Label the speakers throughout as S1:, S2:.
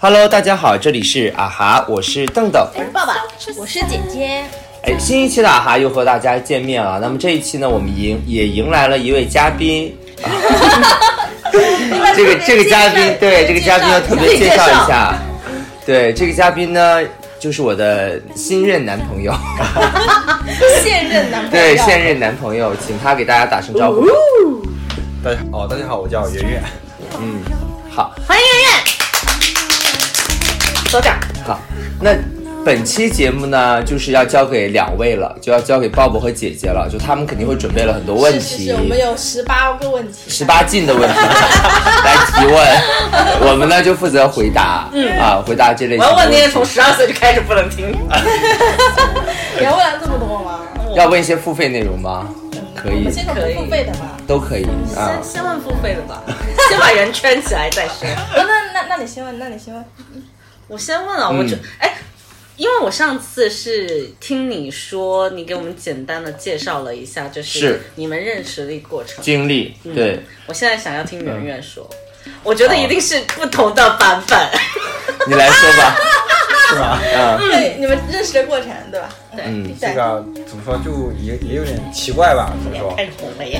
S1: Hello，大家好，这里是啊哈，我是邓邓。
S2: 我是哎爸爸，我是姐姐，
S1: 哎，新一期的啊哈又和大家见面了。那么这一期呢，我们迎也迎来了一位嘉宾。这 个这个嘉宾，对这个嘉宾要特别介绍一下。对这个嘉宾呢，就是我的新任男朋 友，
S2: 现任男
S1: 对现任男朋友，请他给大家打声招呼。
S3: 大家哦，大家好，我叫圆圆。
S1: 嗯好，
S2: 欢迎圆圆，所长，
S1: 好，那本期节目呢，就是要交给两位了，就要交给鲍勃和姐姐了，就他们肯定会准备了很多问
S4: 是
S1: 题。
S4: 是是，我们有十八个问题。
S1: 十八禁的 问题来提问，我们呢就负责回答，
S4: 嗯
S1: 啊，回答这类型
S2: 我
S1: 的
S2: 要
S1: 问题。
S2: 问你也从十二岁就开始不能听，
S4: 你要问了这么多吗？
S1: 要问一些付费内容吗？可以啊
S4: 我，先从不付费的吧。
S1: 都可以啊
S4: 嗯
S2: 先。先问付费的吧， 先把人圈起来再说。
S4: 那哦那那那你先问，那你先问。
S2: 我先问
S1: 嗯
S2: 啊，我就哎。因为我上次是听你说，你给我们简单的介绍了一下，就是
S1: 是
S2: 你们认识的一个过程。
S1: 经历
S4: 嗯
S1: 对，
S2: 我现在想要听圆圆说，我觉得一定是不同的版本。
S1: 你来说 吧。
S2: 嗯
S4: 对，你们认识的过程对吧？
S1: 嗯，
S3: 这个怎么说，就也也有点奇怪吧，怎么说？
S2: 太红了耶！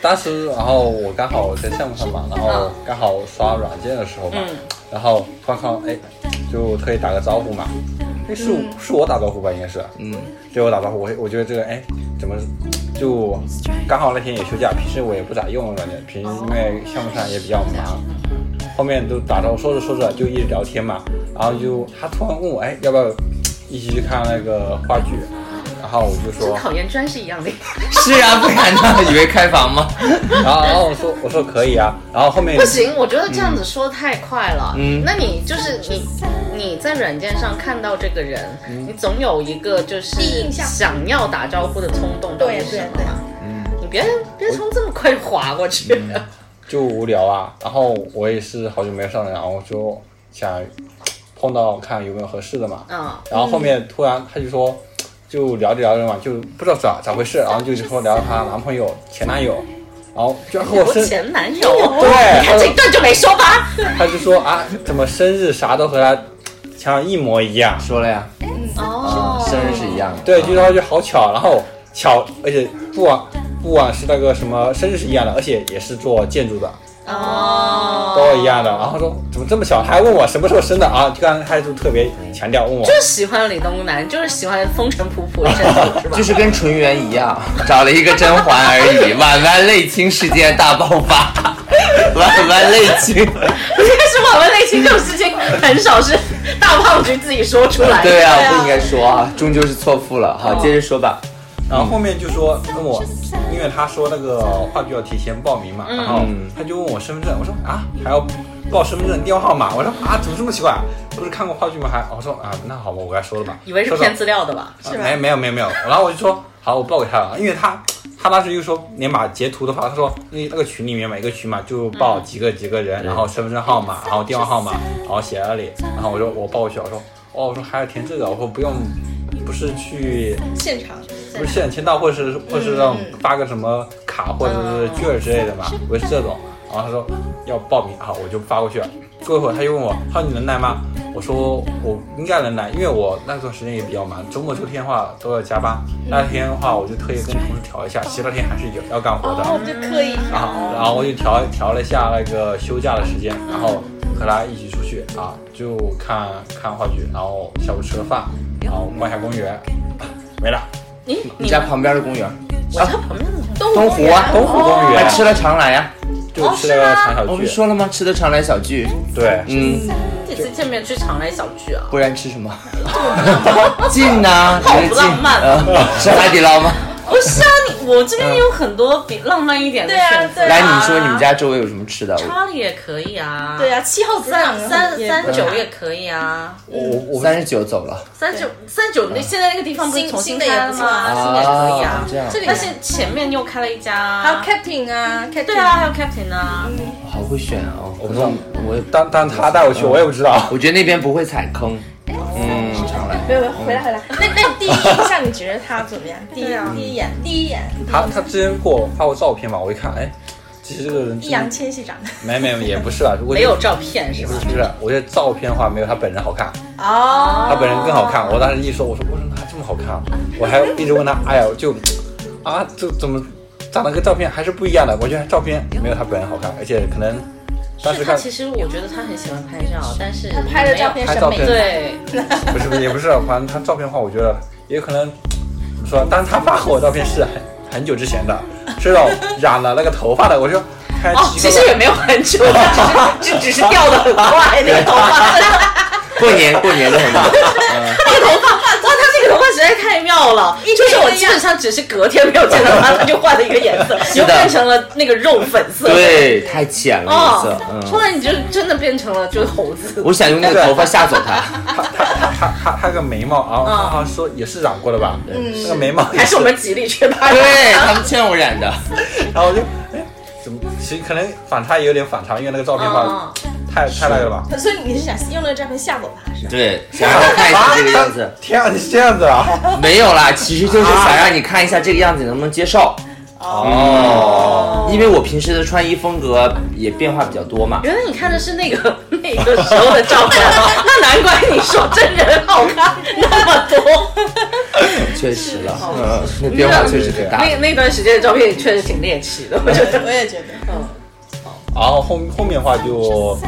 S3: 当时，然后我刚好在项目上嘛，然后刚好刷软件的时候嘛，
S2: 嗯
S3: 然后突然看到，哎，就特意打个招呼嘛。哎，是我
S2: 嗯
S3: 是我打招呼吧，应该是，嗯，对我打招呼，我我觉得这个，哎，怎么就刚好那天也休假，平时我也不咋用软件，平时因为项目上也比较忙，后面都打招呼，说着说着就一直聊天嘛，然后就他突然问我，哎，要不要一起去看那个话剧？然后我就说
S2: 跟，考研专是一样的。
S1: 是啊，不然呢？以为开房吗？
S3: 然后然后我说我说可以啊，然后后面
S2: 不行，我觉得这样子说太快了。
S1: 嗯
S2: 那你就是你，你在软件上看到这个人，
S3: 嗯
S2: 你总有一个就是
S4: 第一印象
S2: 想要打招呼的冲动，到底
S4: 对
S2: 是
S4: 对
S2: 什么
S4: 对
S2: 啊？你别别从这么快划过去。
S3: 嗯就无聊啊，然后我也是好久没上了，然后就想碰到看有没有合适的嘛。
S2: 嗯，
S3: 然后后面突然他就说，就聊着聊着嘛，就不知道咋咋回事，然后就说聊到她男朋友、前男友，然后居然和我
S2: 我
S3: 生，
S2: 前男友，
S3: 对
S2: 你看这段就没说吧？
S3: 他就说啊，怎么生日啥都和他前男友一模一样，
S1: 说了呀，
S2: 哦，
S1: 生日是一样的。
S3: 对，就说就好巧，然后巧，而且不枉不枉是那个什么生日是一样的，而且也是做建筑的，
S2: 哦，
S3: 都一样的。然后说怎么这么巧，还问我什么时候生的啊？就刚才他就特别强调问我，
S2: 就是喜欢李东南，就是喜欢风尘仆仆的生活，是吧？
S1: 就是跟纯元一样，找了一个甄嬛而已。婉婉泪清事件大爆发， 婉婉泪清。
S2: 但是我们内心这种事情很少是大胖菊自己说出来的。
S1: 对啊，我不应该说啊，终究是错付了。好，接着说吧。
S3: 然后后面就说问我，因为他说那个话剧要提前报名嘛，
S2: 嗯
S3: 然后他就问我身份证，我说啊还要报身份证电话号码，我说啊怎么这么奇怪？不是看过话剧吗？还我说啊那好吧，我给他说了吧，
S2: 以为是
S3: 说说
S2: 骗资料的吧？
S3: 啊没没有没有没有，然后我就说好，我报给他了，因为他他当时就说连把截图的话，他说那那个群里面每个群嘛就报几个几个人，然后身份证号码，然后电话号码，然后写在那里，然后我说我报过去，我说哦，我说还要填这个，我说不用，不是去
S4: 现场
S3: 不是现场签到，或者是或者是让发个什么卡或者是券儿之类的嘛，我是这种。然后他说要报名，好，我就发过去了。过一会儿他又问我，他说你能来吗？我说我应该能来，因为我那段时间也比较忙，周末周天的话都要加班。那天的话我就特意跟同事调一下，其实那天还是有要干活的。
S4: 哦，就刻意
S3: 然后然后我就调调了一下那个休假的时间，然后和他一起出去啊，就看看话剧，然后下午吃个饭，然后逛一下公园， 啊没了。
S2: 咦，
S1: 你
S2: 你
S1: 家
S2: 们
S1: 旁边的公园，啊
S2: 我家旁边的
S4: 东
S1: 东湖啊，
S3: 东湖公园
S1: 还吃了常来啊。
S3: 就吃了个长小
S1: 我不
S3: 剧，
S1: 是哦说了吗？吃的常来小聚，
S3: 对，
S1: 嗯，
S2: 这次见面去常来小聚啊，
S1: 不然吃什么？近呐、啊，
S2: 好
S1: 离得
S2: 不
S1: 近
S2: 浪漫
S1: 呃是海底捞吗？
S2: 不是啊，你我这边有很多比浪漫一点的
S4: 对啊
S2: 选择
S4: 对啊。
S1: 来，你说你们家周围有什么吃的？
S2: 查理也可以啊，
S4: 对，呀，七号不让
S2: 三
S4: 人
S2: 三三九
S4: 也
S2: 也可以啊，
S1: 我我三十九走了，
S2: 三九三九那现在那个地方不是
S4: 啊新
S2: 重新
S4: 新的也
S2: 开了
S4: 不错啊
S2: 吗？新的也
S1: 嗯
S2: 可以
S1: 啊这
S2: 啊
S1: 样，
S4: 这里
S2: 但是前面又开了一家，
S4: 还有 Captain 啊，Captain
S2: 对啊，，还有 Captain 啊，
S1: 我好会选哦。我
S3: 不知道
S1: 我也
S3: 当当他带我去，我也不知道。
S1: 我觉得那边不会踩坑。嗯，常来。
S4: 没有没有，回来回来，那那第一印象你觉得他怎 么样？第一
S2: 嗯对啊
S4: 第一眼，第一眼，
S3: 他他之前给我发过照片嘛，我一看，哎，其实这个人
S4: 易
S3: 真
S4: 烊千玺长得
S2: 嗯
S3: 没没没也不是啊，如果
S2: 没有照片是
S3: 不
S2: 吧
S3: 是？不是，我觉得照片的话没有他本人好看，
S4: 哦
S3: 他本人更好看。我当时一说，我说为什么他这么好看啊？我还一直问他，哎呀，就啊，这怎么长得跟照片还是不一样的？我觉得照片没有他本人好看，而且可能当时
S2: 是他
S3: 看
S2: 其实我觉得他很喜欢拍照，但是
S4: 他拍的照片
S3: 拍
S4: 审
S3: 照
S4: 美
S3: 片
S2: 对，
S3: 不是不是也不是啊，反正他照片的话，我觉得也有可能怎么说？当时他发给我照片是很很久之前的，是让我染了那个头发的，我就开
S2: 哦，
S3: 奇
S2: 其
S3: 怪
S2: 实也没有很久，只是就只是掉的很快那个头发，
S1: 过年过年的很忙，
S2: 那个头发，哇，他那个头发实在太妙了，就是我基本上只是隔天没有见到他，他就换了一个颜色，就变成了那个肉粉色。
S1: 对，太浅了颜
S2: 哦
S1: 色，，嗯
S2: 后。来你就真的变成了就是猴子。
S1: 我想用那个头发吓走他，
S3: 他他他他他他个眉毛啊，他好像说也是染过的吧？那个眉毛也
S2: 还是我们极力去拍，
S1: 对他们劝我染的，
S3: 然后我就哎，怎么？其实可能反差也有点反差，因为那个照片的
S2: 哦
S3: 话太太那个了吧？
S4: 所以你是想用那个照片吓走他是吧？
S1: 对，想让我看一下这个样子，
S3: 天啊，你是这样子啊？
S1: 没有啦，其实就是想让你看一下这个样子你能不能接受，
S3: 哦，
S1: 因为我平时的穿衣风格也变化比较多嘛，
S2: 原来你看的是那个那个时候的照片，那难怪你说真人好看那么多。
S1: 确实了，嗯，那变化确实很大，
S2: 那那段时间的照片也确实挺猎奇的，我觉得。
S4: 我也觉得，
S2: 嗯
S3: 然后后后面的话就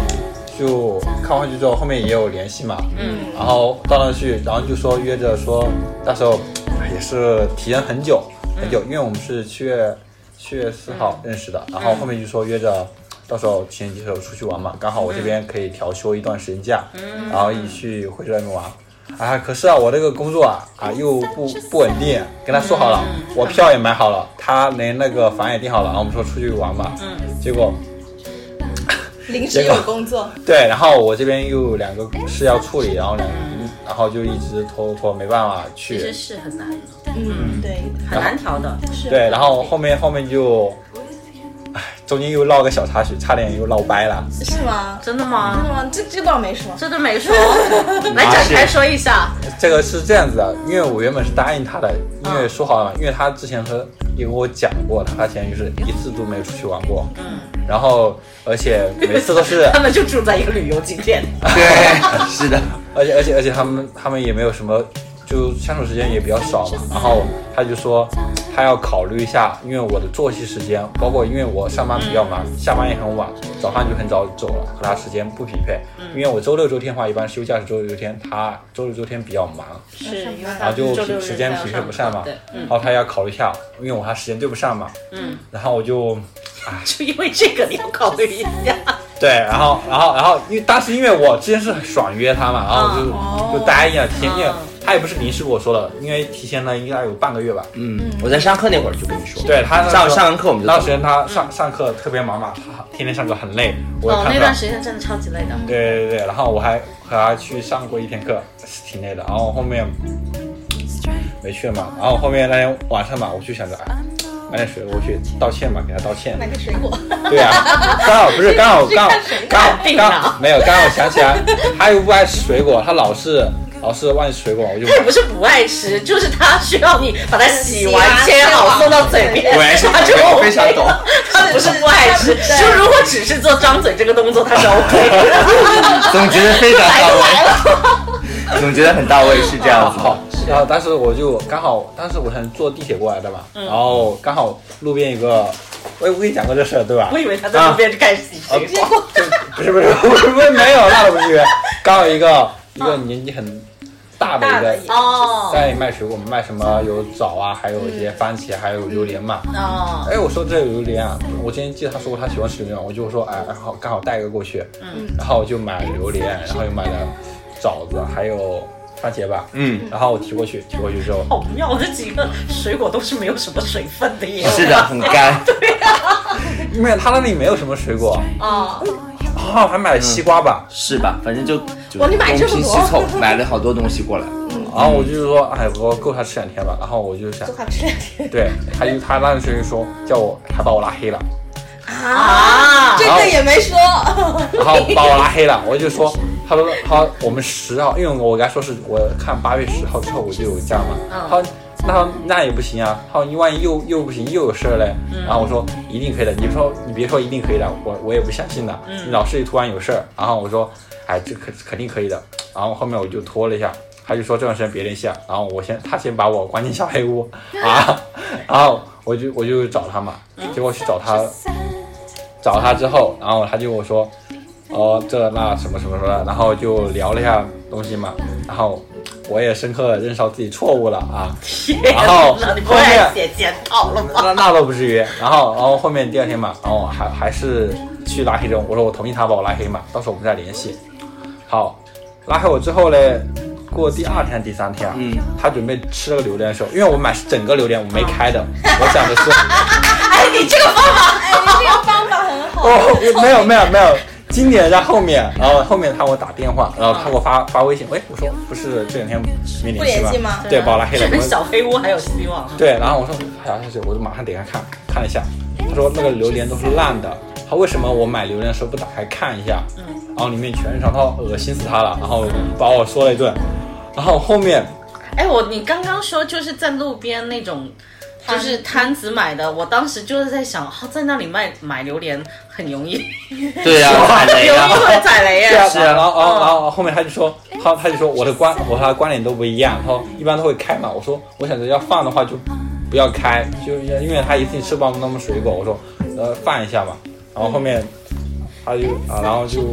S3: 就看话剧之后，后面也有联系嘛。嗯。然后到那去，然后就说约着说，那时候哎也是体验很久很久，因为我们是七月七月四号认识的，然后后面就说约着。到时候情人节的时候出去玩嘛，刚好我这边可以调休一段时间假，然后一起去惠州那边玩。啊，可是啊，我这个工作啊啊又不不稳定，跟他说好了，我票也买好了，他连那个房也订好了，然后我们说出去玩嘛，结果
S4: 临时有工作，
S3: 对，然后我这边又有两个事要处理，然后两，然后就一直拖拖，没办法去。
S2: 是很难的，
S4: 嗯，对，
S2: 很难调的。
S4: 是
S3: 对，然后后面后面就，唉，中间又闹个小插曲，差点又闹掰了。
S4: 是吗？
S2: 真的吗
S4: 是？吗？这这倒没说，
S2: 这都没 说，来展开说一下。
S3: 这个是这样子的，因为我原本是答应他的，因为说好了嘛，因为他之前和也跟我讲过，他之前就是一次都没有出去玩过，嗯，然后而且每次都 是
S2: 他们就住在一个旅游景点，
S1: 对，是的，
S3: 而且而且而且他们他们也没有什么，就相处时间也比较少嘛。然后他就说他要考虑一下，因为我的作息时间，包括因为我上班比较忙，
S2: 嗯
S3: 下班也很晚，早上就很早走了，和他时间不匹配。
S2: 嗯
S3: 因为我周六周天的话，一般休假是周六周天，他周六周天比较忙，
S2: 是因为
S3: 然后就
S2: 周六
S3: 时
S2: 日
S3: 时间匹配不上嘛
S2: 对，。嗯
S3: 然后他要考虑一下，因为我他时间对不上嘛，
S2: 嗯，
S3: 然后我就。
S2: 就因为这个你要考虑一下。
S3: 对，然后，然后，然后，因为当时因为我之前是爽约他嘛，然后就、
S2: 嗯哦
S3: 就答应了，提前，因为他也不是临时跟我说的，因为提前了应该有半个月吧。
S1: 嗯，我在上课那会儿就跟你说，
S3: 对他那时候
S1: 上上完课我们就
S3: 那时间他上上课特别忙嘛，他天天上课很累，我也
S2: 嗯哦，
S3: 看
S2: 那
S3: 不到。
S2: 段时间真的超级累的。
S3: 对对对，然后我还和他去上过一天课，是挺累的。然后后面没去嘛，然后后面那天晚上嘛，我就想着，哎，买点水果去道歉嘛，给他道歉。
S4: 买个水果，
S3: 对 啊，刚好不是刚好刚好刚好
S2: 病啊
S3: 刚
S2: 了
S3: 好没有刚好想起来，他又不爱吃水果，他老是老是忘记水果，我就
S2: 他也不是不爱吃，就是他需要你把它洗
S4: 洗
S2: 完
S4: 完
S2: 切好
S4: 切好
S2: 送到嘴边，
S1: 果然是
S2: 他就
S1: 我
S2: OK
S1: 非常懂
S2: 了。他不是不爱吃，
S4: 是
S2: 就如果只是做张嘴这个动作，他是 OK 的。
S1: 总觉得非常到位， 总觉得很到位，是这样子
S3: 好
S1: 的。，
S3: 然后当时我就刚好，当时我是坐地铁过来的嘛，
S2: 嗯
S3: 然后刚好路边有个，我我跟你讲过这事儿对吧？
S2: 我以为他在路边就开始洗
S3: 啊
S2: 水果。
S3: 不是不是不是不是没有，那我不是，刚好一个一个年纪很大的
S4: 大
S3: 一
S4: 的
S3: 个
S4: 也
S2: 哦
S3: 在卖水果，我们卖什么有枣啊，还有一些番茄，还有榴莲嘛。
S2: 哦，
S3: 哎，我说这有榴莲啊！我之前记得他说过他喜欢吃榴莲，我就说哎，好刚好带一个过去，嗯，然后我就买榴莲，然后又买了枣子，还有番茄吧，
S1: 嗯，
S3: 然后我提过去，提过去之后，
S2: 好妙，这几个水果都是没有什么水分的
S3: 啊
S2: 耶。
S1: 是的，很干。
S3: 因为他那里没有什么水果，
S2: 哦，
S3: 啊，还买了西瓜吧，
S1: 是吧？反正就就
S4: 哦哇你买这么
S1: 东拼
S4: 多嗯
S1: 西凑，买了好多东西过来。
S3: 然后我就说哎，我够他吃两天吧，然后我就想
S4: 多，好吃两天
S3: 对，他就他那时候就说叫我，他把我拉黑了，
S4: 啊！这个也没说，
S3: 然后把我拉黑了，我就说他说他我们十号，因为我跟他说是我看八月十号之后我就有假嘛。
S2: 嗯
S3: 他说那那也不行啊，他说你万一又又不行又有事儿嘞。然后我说一定可以的，你说你别说一定可以的，我我也不相信的。你老是突然有事儿，然后我说哎这肯肯定可以的。然后后面我就拖了一下。他就说这段时间别联系啊，然后我先他先把我关进小黑屋啊，然后我就我就找他嘛，结果去找他找他之后，然后他就跟我说，哦，这那什么什么什么的，然后就聊了一下东西嘛，然后我也深刻地认识到自己错误了啊，然后
S2: 让你不
S3: 后面
S2: 爱写检讨了吗？
S3: 那那倒不至于，然后然后后面第二天嘛，然后还还是去拉黑这种，我说我同意他把我拉黑嘛，到时候我们再联系。好，拉黑我之后嘞，过第二天第三天啊，
S1: 嗯
S3: 他准备吃那个榴莲的时候，因为我买是整个榴莲，我没开的，我想的是。
S2: 哎，你这个方法，
S4: 哎，你这个方法很好。
S3: 哦，我没有没有没有，经典在后面，然后后面他给我打电话，然后他给我发发微信，喂，我说不是这两天没
S4: 不
S3: 联
S4: 联
S3: 系
S4: 系
S3: 吗
S4: 吗？
S3: 对，把我拉黑了。
S2: 这跟
S3: 我
S2: 小黑屋还有希望。啊
S3: 对，然后我说哎啥消息，我就马上点开看看了一下，他说那个榴莲都是烂的，他为什么我买榴莲的时候不打开看一下？然后里面全是肠道，恶心死他了，然后把我说了一顿，然后后面
S2: 哎，我你刚刚说就是在路边那种。就是摊子买的，我当时就是在想，哦、在那里卖买榴莲很容易，
S1: 对呀、踩
S4: 啊
S1: 雷
S2: 容
S1: 呀、
S2: 易会踩雷耶。
S3: 是哎啊，然后
S1: 嗯
S3: 然后然后后面他就说，
S2: 哎
S3: 他他就说我的观我和他观点都不一样，然后一般都会开嘛。我说我想着要放的话就不要开，就因为他一次性吃不完那么水果，我说呃放一下嘛。然后后面他就啊，然后就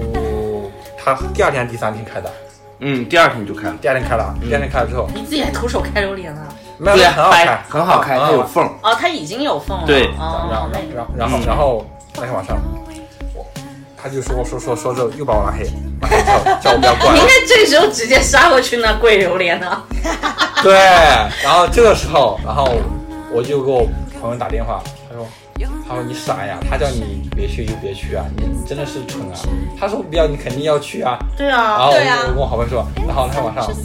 S3: 他第二天第三天开的，
S1: 嗯，第二天就开了。
S3: 第二天开了，啊第二天开了之后
S2: 你自己还徒手开榴莲啊？
S3: 没
S1: 嗯
S3: 有
S1: 对呀
S3: 很好开，嗯
S1: 很好开，它有嗯缝。
S2: 哦，它已经有缝了。
S1: 对
S2: 哦，那个
S3: 然后然后然后那天晚上我他就说说说说之后又把我拉黑，拉黑之后叫我不要过
S2: 你
S3: 来
S2: 应。该这时候直接杀过去那跪榴莲啊！
S3: 对，然后这个时候，然后我就给我朋友打电话，他说，他说你傻呀，他叫你别去就别去啊，你你真的是蠢啊。他说不要，你肯定要去啊。
S2: 对
S3: 然
S2: 啊，
S3: 后我,、
S4: 对啊
S3: 我跟我好朋友说，然后他晚上他说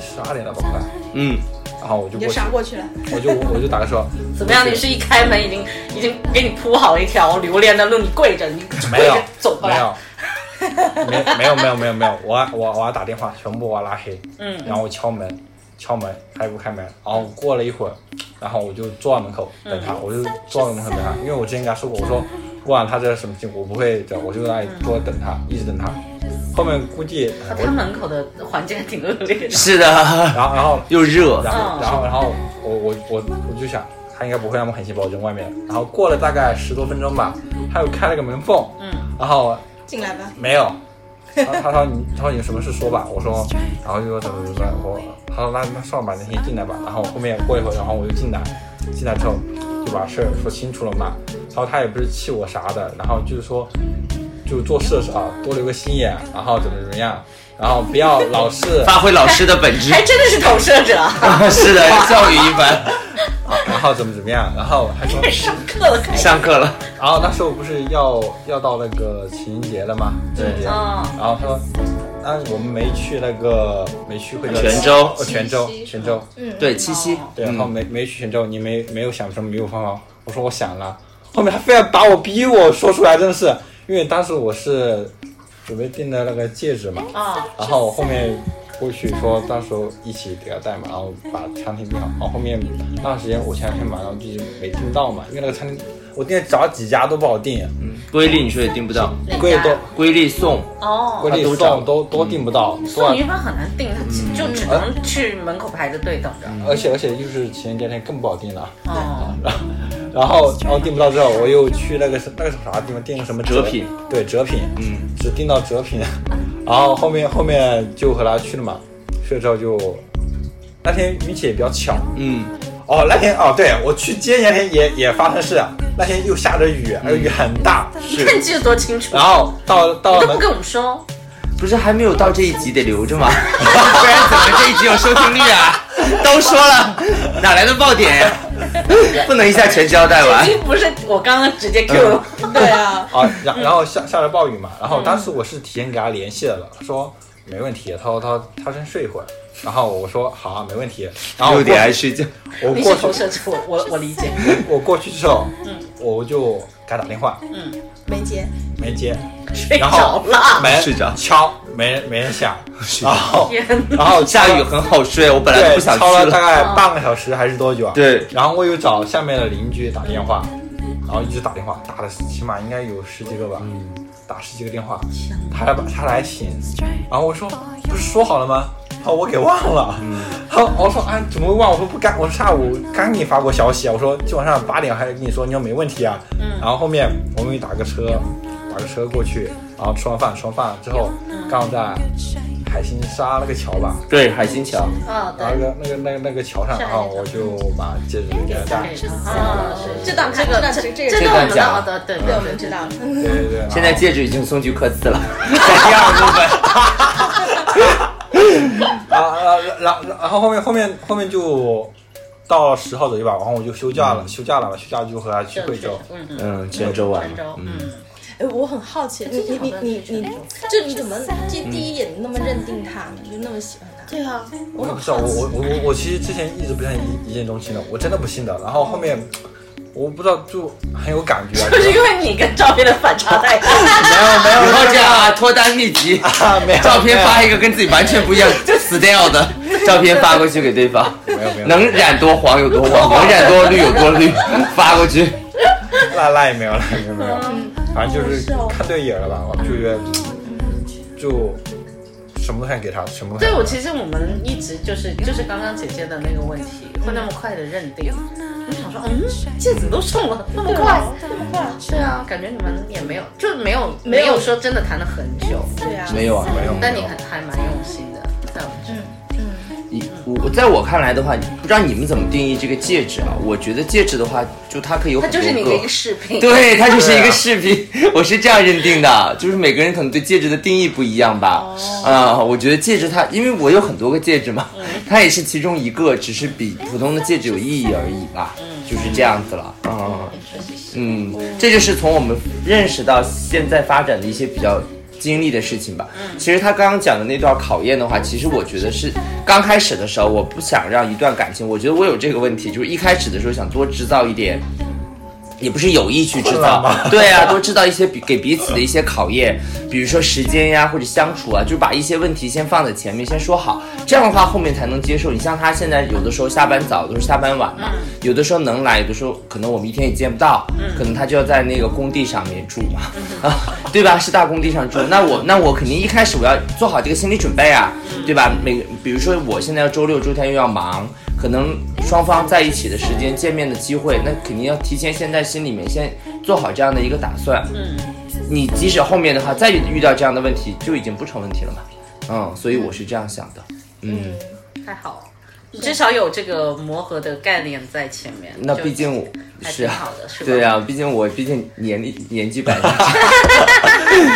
S3: 十二点了吧快，
S1: 嗯，
S3: 然后我就
S4: 你
S3: 过
S4: 就
S3: 去
S4: 杀，过去了，
S3: 我就我就打个说，
S2: 怎么样？你是一开门已经已经给你铺好一条榴莲的路，你跪着，你
S3: 没
S2: 跪
S3: 有
S2: 着走过
S3: 没
S2: 来。啊
S3: 有。没没有没有没有没有，我我我要打电话，全部我要拉黑，
S2: 嗯，
S3: 然后我敲门，敲门，他也不开门，然后过了一会儿，然后我就坐在门口等
S2: 嗯
S3: 他，我就坐在门口等他，因为我之前跟他说过，我说不管他这什么情况，我不会这，我就在那里坐着等他，一直等他，后面估计
S2: 啊嗯他
S3: 我，
S2: 门口的环境还挺恶劣的。
S1: 是的，
S3: 然后然后
S1: 又热。
S3: 然后
S2: 嗯
S3: 然后然后我我我我就想。他应该不会那么狠心把我扔外面，然后过了大概十多分钟吧，他又开了个门缝，
S2: 嗯，
S3: 然后
S4: 进来吧。
S3: 没有。他他说你他说你有什么事说吧，我说，然后就说怎么怎么，我他说那那算了吧，那先进来吧。然后后面过一会儿，然后我就进来，进来之后就把事儿说清楚了嘛。然后他也不是气我啥的，然后就是说，就做事的时候啊多留个心眼，然后怎么怎么样，然后不要老是，
S1: 发挥老师的本质，
S2: 还真的是投射者，
S1: 是的，教育一番。
S3: 然后怎么怎么样，然后他说，
S2: 上课了开始。
S1: 上课了，
S3: 然后那时候不是要要到那个情人节了吗？情人节，
S2: 嗯
S3: 然后他说，那我们没去那个没去回
S1: 泉州
S3: 哦，泉州
S4: 七夕
S3: 泉州，
S4: 嗯，
S1: 对七夕，
S3: 对，然后没没去泉州，你没没有想什么弥补方法？我说我想了，后面他非要把我逼我说出来，真的是，因为当时我是准备订的那个戒指嘛，
S2: 啊，
S3: 然后后面过去说到时候一起给他带嘛，然后把餐厅订好，然后后面那段时间我前两天嘛，然后就一直没订到嘛，因为那个餐厅我订了找几家都不好订，
S1: 瑰丽你说也订不到，
S2: 哪家
S3: 贵都
S1: 瑰丽送，
S2: 哦
S3: 贵，丽
S1: 都找
S3: 送都都订不到，都
S2: 送
S3: 要
S2: 一般很难定，他只就只能去门口排着队等着。
S3: 而且而且就是情人节那天更不好订了。
S2: 哦，
S3: 然后然后订不到之后，我又去那个是那个是啥地方订个什么
S1: 折品，
S3: 对折品，
S1: 嗯，
S3: 只订到折品，然后后面后面就和他去了嘛，去了之后就那天运气也比较巧，
S1: 嗯，
S3: 哦那天哦对我去接你那天也也发生事，啊那天又下着雨，而且雨很大，
S2: 你看你记得多清楚
S3: 然，后到到
S2: 你
S3: 了
S2: 都不
S3: 门
S2: 跟我们说。
S1: 不是还没有到这一集得留着吗？ 不然怎么这一集有收听率啊？ 都说了，哪来的爆点呀？不能一下全交代
S2: 已
S1: 完。
S2: 经不是我刚刚直接 Q 了。
S4: 对啊，
S3: 啊，然
S2: 嗯
S3: 然后下下着暴雨嘛，然后当时我是提前给他联系了的，他说没问题，他说他说他先睡一会儿，然后我说好啊没问题，然后我
S1: 六
S3: 过
S1: 点还睡觉，
S3: 嗯我
S2: 你
S3: 过
S2: 是
S3: 去
S2: 投射者，我我我理解。
S3: 我过去之后，我就给他打电话，
S2: 嗯，
S4: 没接，
S3: 没接。
S2: 睡
S3: 然后
S2: 着了。
S3: 门
S1: 睡着
S3: 敲，没人没 人响，然后
S2: 天
S3: 然后
S1: 下雨很好睡，我本来都
S3: 对
S1: 不想去
S3: 敲了 大概
S2: 哦
S3: 半个小时还是多久啊？
S1: 对
S3: 然后我又找下面的邻居打电话，然后一直打电话，打了起码应该有十几个吧，打十几个电话，他来把他来请，然后我说不是说好了吗？他说我给忘了，然后我说啊怎么会忘？我说不刚，我说下午刚给你发过消息啊，我说今晚上八点还跟你说，你说没问题啊，然后后面我们又打个车，打个车过去，然后吃完饭吃完饭之后，刚好在海心沙那个桥吧，
S1: 对海心桥，
S2: 啊，对
S3: 然后，那个那个那个那个桥上，
S2: 是
S3: 然后
S2: 还是
S3: 我就把戒指给了他。
S2: 啊，
S4: 这档
S2: 这
S4: 哦这
S2: 个
S4: 个这这
S2: 这
S4: 个
S2: 个我
S1: 段
S2: 知
S1: 讲
S2: 道
S1: 了
S2: 的，对
S4: 对，我
S3: 嗯
S4: 们知道了。
S3: 对对对。啊
S1: 现在戒指已经送去科次了，在第二部分。
S3: 然后啊，然然然后后面后面后面就到十号左右吧，然后我就休假了，休假了嘛，休假就和他去惠州。
S2: 嗯嗯，
S1: 嗯，泉州啊，
S2: 泉州，嗯，
S4: 哎，我很好奇，你你你你你，就你怎么这第一眼就那么认定他呢？就那么喜欢他？
S2: 对啊，
S3: 我也不知道，我我我我我其实之前一直不太一一见钟情的，我真的不信的。然后后面我不知道，就很有感觉啊。
S2: 就是因为你跟照片的反差太大，
S3: 没有没 有，
S1: 以后这样啊，脱单秘籍，
S3: 啊，没有
S1: 照片发一个跟自己完全不一样 style 的照片发过去给对方，
S3: 没有没有，
S1: 能染多黄有多黄， 能染多绿有多 绿，发过去。
S3: 那那也没有，那也没有，反正就是看对眼了吧，我就觉得就什么都想给他，什么都
S2: 对
S3: 想
S2: 我其实我们一直就是就是刚刚姐姐的那个问题，会那么快的认定，我想说，嗯，戒指都送了，那么快，
S4: 这么快？
S2: 对啊，感觉你们也没有，就没有
S4: 没
S2: 没
S4: 有
S2: 有说真的谈了很久，
S4: 对呀，
S1: 没有啊，
S3: 没有。
S2: 但你很还蛮用心的，在我们这里
S1: 你我在我看来的话，不知道你们怎么定义这个戒指啊？我觉得戒指的话，就它可以有
S2: 它
S1: 很多
S2: 就是
S1: 个。
S2: 你的一个视频，
S1: 对，啊它就是一个饰品，我是这样认定的，就是每个人可能对戒指的定义不一样吧。啊、我觉得戒指它，因为我有很多个戒指嘛，它也是其中一个，只是比普通的戒指有意义而已吧，就是这样子了。嗯嗯，这就是从我们认识到现在发展的一些比较。经历的事情吧。其实他刚刚讲的那段考验的话，其实我觉得是刚开始的时候，我不想让一段感情，我觉得我有这个问题，就是一开始的时候想多制造一点也不是有意去制造， 对啊，多制造一些比给彼此的一些考验，比如说时间呀或者相处啊，就把一些问题先放在前面，先说好，这样的话后面才能接受。你像他现在有的时候下班早，有的时候下班晚嘛，有的时候能来，有的时候可能我们一天也见不到，可能他就要在那个工地上面住嘛，啊， 对吧？是大工地上住，那我那我肯定一开始我要做好这个心理准备啊，对吧？每比如说我现在周六周天又要忙。可能双方在一起的时间、见面的机会，那肯定要提前先在心里面先做好这样的一个打算。嗯，你即使后面的话再遇到这样的问题，就已经不成问题了嘛。嗯，所以我是这样想的。嗯，
S2: 太好了，你至少有这个磨合的概念在前面。
S1: 那
S2: 就
S1: 毕竟我
S2: 还
S1: 是
S2: 挺
S1: 啊
S2: 好的，是吧
S1: 对啊，毕竟我毕竟年龄年纪摆在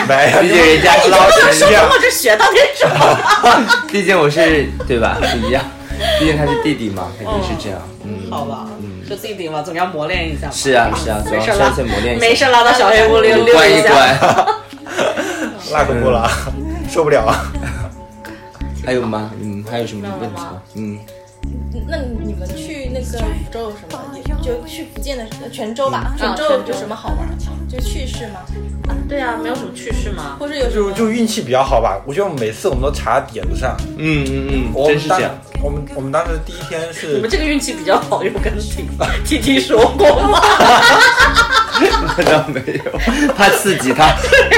S3: 没
S1: 这，
S3: 有，
S1: 毕竟人家捞
S2: 说
S1: 人
S2: 跟
S1: 家，
S2: 我这学到点什么？
S1: 毕竟我是对吧？不一样，毕竟他是弟弟嘛，肯定是这样。嗯，
S2: 好吧，就弟弟嘛，总要磨练一下嘛。
S1: 是啊是啊，总
S2: 没
S1: 要
S2: 事
S1: 先
S2: 拉
S1: 先磨练一下，
S2: 没事拉到小黑屋溜溜
S1: 关一
S2: 下。
S1: 关。
S3: 那可不了，受不了。啊
S1: 还有吗？嗯，还有什么问题吗？嗯。
S4: 那你们去那个福州有什么？也就去福建的呃泉州吧，泉州有什么好玩？就趣事吗？
S2: 对啊，没有什么趣事吗？
S4: 或者有什
S3: 就
S4: 么？
S3: 就运气比较好吧，我觉得我们每次我们都查点子上。
S1: 嗯嗯嗯，
S3: 我
S1: 真
S3: 们
S1: 是
S3: 当
S1: 这样。
S3: 我们我们当时第一天
S2: 我
S1: 嗯
S3: 是
S2: 们这个运气比较好，有跟 T T T 说过吗？
S1: 倒没有，怕刺激 他。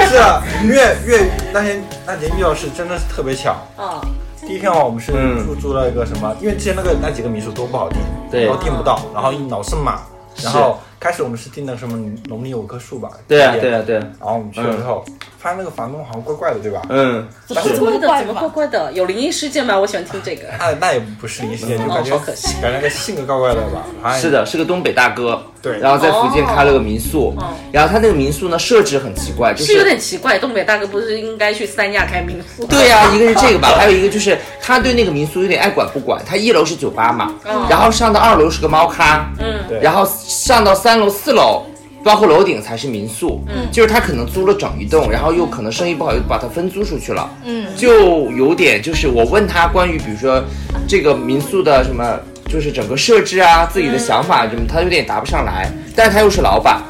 S3: 是啊，月月那天那天遇到是真的是特别巧。
S2: 啊，
S3: 第一天晚上我们是
S1: 嗯
S3: 住住了一个什么，因为之前那个那几个民宿都不好订，
S1: 对
S3: 然后订不到，然后一老是满。然后开始我们是订的什么农里有棵树吧，
S1: 对啊
S3: 酒
S1: 对
S3: 店
S1: 啊对啊，
S3: 然后我们去了之后，发现那个房东好像怪怪的，对吧？
S1: 嗯，
S3: 但是
S4: 怎么
S2: 怪的
S4: 怪
S2: 怎么
S4: 吧
S2: 怪怪的？有灵异事件吗？我喜欢听这个。
S3: 那那也不是临时间，就感觉、
S2: 哦好可惜
S3: 感觉那个性格怪怪的吧，好像
S1: 是的，是个东北大哥。
S3: 对
S1: 然后在福建开了个民宿
S2: 哦，
S1: 然后他那个民宿呢设置很奇怪，就是
S2: 有点奇怪，东北大哥不是应该去三亚开民 宿？
S1: 对呀、一个是这个吧，还有一个就是他对那个民宿有点爱管不管。他一楼是酒吧嘛，
S2: 嗯
S1: 然后上到二楼是个猫咖，嗯
S3: 对
S1: 然后上到三楼、四楼。包括楼顶才是民宿，嗯，就是他可能租了整一栋，然后又可能生意不好，又把它分租出去了，嗯，就有点就是我问他关于比如说这个民宿的什么，就是整个设置啊，自
S2: 嗯
S1: 己的想法什么，他有点答不上来，但是他又是老板，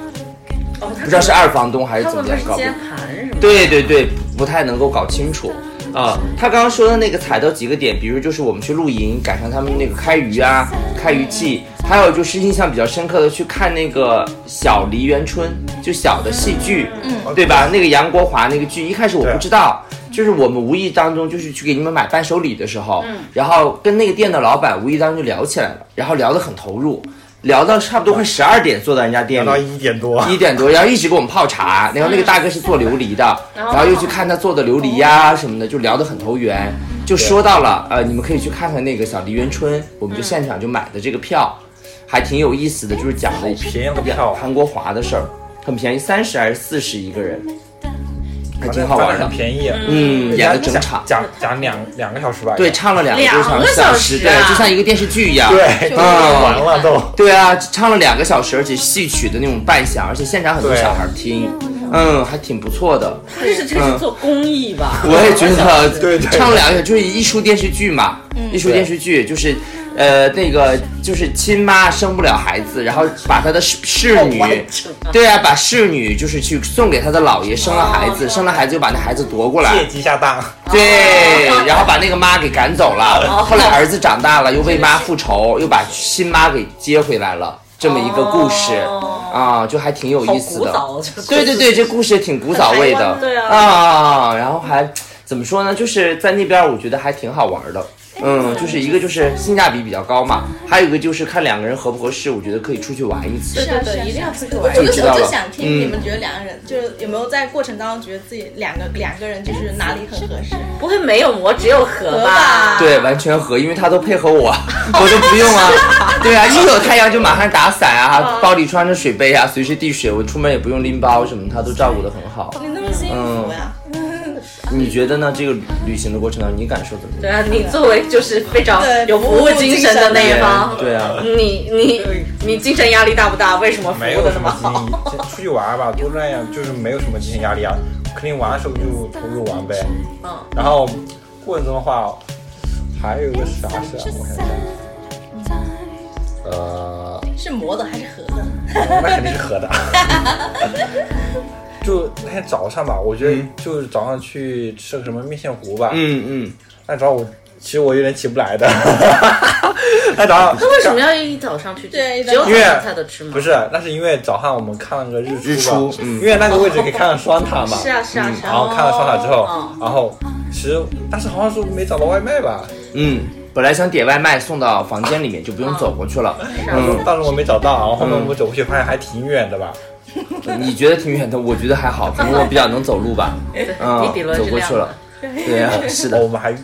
S2: 哦，
S1: 不
S2: 他
S1: 知道是二房东还是
S2: 他
S1: 怎
S2: 们
S1: 么
S2: 不
S1: 样
S2: 是
S1: 搞不懂
S2: 接盘是吗？
S1: 对对对，不太能够搞清楚。啊、他刚刚说的那个踩到几个点，比如就是我们去露营，赶上他们那个开渔啊、开渔季，还有就是印象比较深刻的去看那个小梨园春，就小的戏剧，嗯，对吧？那个杨国华那个剧，一开始我不知道，就是我们无意当中就是去给你们买伴手礼的时候，然后跟那个店的老板无意当中就聊起来了，然后聊得很投入。聊到差不多快十二点，坐在人家店
S5: 聊
S1: 里
S5: 到，一点 多，
S1: 一点多，然后一直给我们泡茶，然后那个大哥是做琉璃的，
S2: 嗯
S1: 然后又去看他做的琉璃呀、什么的，就聊得很投缘，就说到了呃，你们可以去看看那个小梨园春，我们就现场就买的这个票，
S2: 嗯
S1: 还挺有意思的，就是讲了
S3: 便宜的票
S1: 韩国华的事儿，很便宜，三十还是四十一个人，还挺好
S3: 反
S1: 玩
S3: 正
S1: 的
S3: 很，便宜。啊
S1: 嗯，演了整
S3: 讲
S1: 场，
S3: 讲讲两两个小时吧，
S1: 对，唱了两个多
S2: 两个
S1: 小
S2: 小
S1: 时，
S2: 时
S1: 对
S2: 啊，
S1: 就像一个电视剧一样，
S5: 对，都完 了都。
S1: 对啊，唱了两个小时，而且戏曲的那种伴响，而且现场很多
S3: 对
S1: 小孩听，嗯，还挺不错的。
S2: 这是这是做公益吧？
S1: 我也觉得，
S5: 对对
S1: 唱了两个小时就是一出电视剧嘛，一出电视剧就是，呃，那个就是亲妈生不了孩子，然后把她的侍侍女
S2: 完整啊，
S1: 对啊，把侍女就是去送给她的姥爷，生了孩子，生了孩子就把那孩子夺过来，
S3: 借机下当，
S2: 啊
S1: 对， 然后把那个妈给赶走了。后来儿子长大了，又为妈复仇，又把新妈给接回来了，这么一个故事
S2: 哦
S1: 啊，就还挺有
S2: 好
S1: 意思
S2: 古
S1: 的。
S2: 早，这个故事
S1: 对对对，这故事也挺古早味
S2: 很台
S1: 的
S2: 湾，对啊
S1: 啊，然后还怎么说呢？就是在那边，我觉得还挺好玩的。
S2: 哎
S1: 嗯，就是一个就是性价比比较高嘛，还有一个就是看两个人合不合适，我觉得可以出去玩一次
S2: 对。对
S4: 是啊
S2: 对，一定要出去玩
S4: 我
S1: 就
S4: 就
S1: 知道
S4: 我就
S1: 了嗯
S4: 想听你们觉得两个人，就是有没有在过程当中觉得自己两个两个人就是哪里很合适？
S2: 不会没有魔，只有河
S4: 合
S2: 吧
S4: 吧？
S1: 对，完全合，因为他都配合我， 我都不用啊。对啊，一有太阳就马上打伞
S2: 嗯
S1: 啊，包里装着水杯啊，随时递水，我出门也不用拎包什么，他都照顾得很好。
S4: 你那么幸福呀？
S1: 你觉得呢？这个旅行的过程当中，你感受怎么样？
S2: 对啊，你作为就是非常
S4: 对
S2: 有服务精神的那一方，
S1: 对啊，
S2: 你你你精神压力大不大？为什么服
S3: 没
S2: 务
S3: 有
S2: 的
S3: 什
S2: 那么
S3: 么
S2: 好？
S3: 精力，出去玩吧，都那样，就是没有什么精神压力啊。肯定玩的时候就投入玩呗。
S2: 嗯，
S3: 然后过程中的话，还有个啥事啊？我看一下，呃，
S4: 是磨的还是合的？
S3: 那肯定是合的。 就那天早上吧，我觉得
S1: 嗯
S3: 就是早上去吃个什么面线糊吧。
S1: 嗯嗯，
S3: 那早上我其实我有点起不来的。 那早上
S2: 那为什么要一早上去吃？
S4: 对
S2: 只有早
S3: 因为
S2: 上才能吃吗？
S3: 不是，那是因为早上我们看了个日
S1: 日
S3: 吧，
S1: 出嗯
S3: 因为那个位置可以看到双塔嘛。
S2: 是啊是啊是
S3: 然后
S2: 啊。
S3: 看了双塔之后，
S2: 哦
S3: 然后其实但是好像是没找到外卖吧，
S1: 嗯，本来想点外卖送到房间里面，就不用走过去了。
S2: 哦
S1: 嗯，
S3: 但是我没找到，然后后面我走过去发现还挺远的吧，
S1: 嗯你觉得挺远的，我觉得还 好，可能我比较能走路吧。嗯
S2: 你底，轮
S1: 走
S2: 是
S1: 过
S2: 亮
S1: 去
S2: 的
S1: 了。。对啊，是
S3: 然后
S1: 的
S3: 我，们还约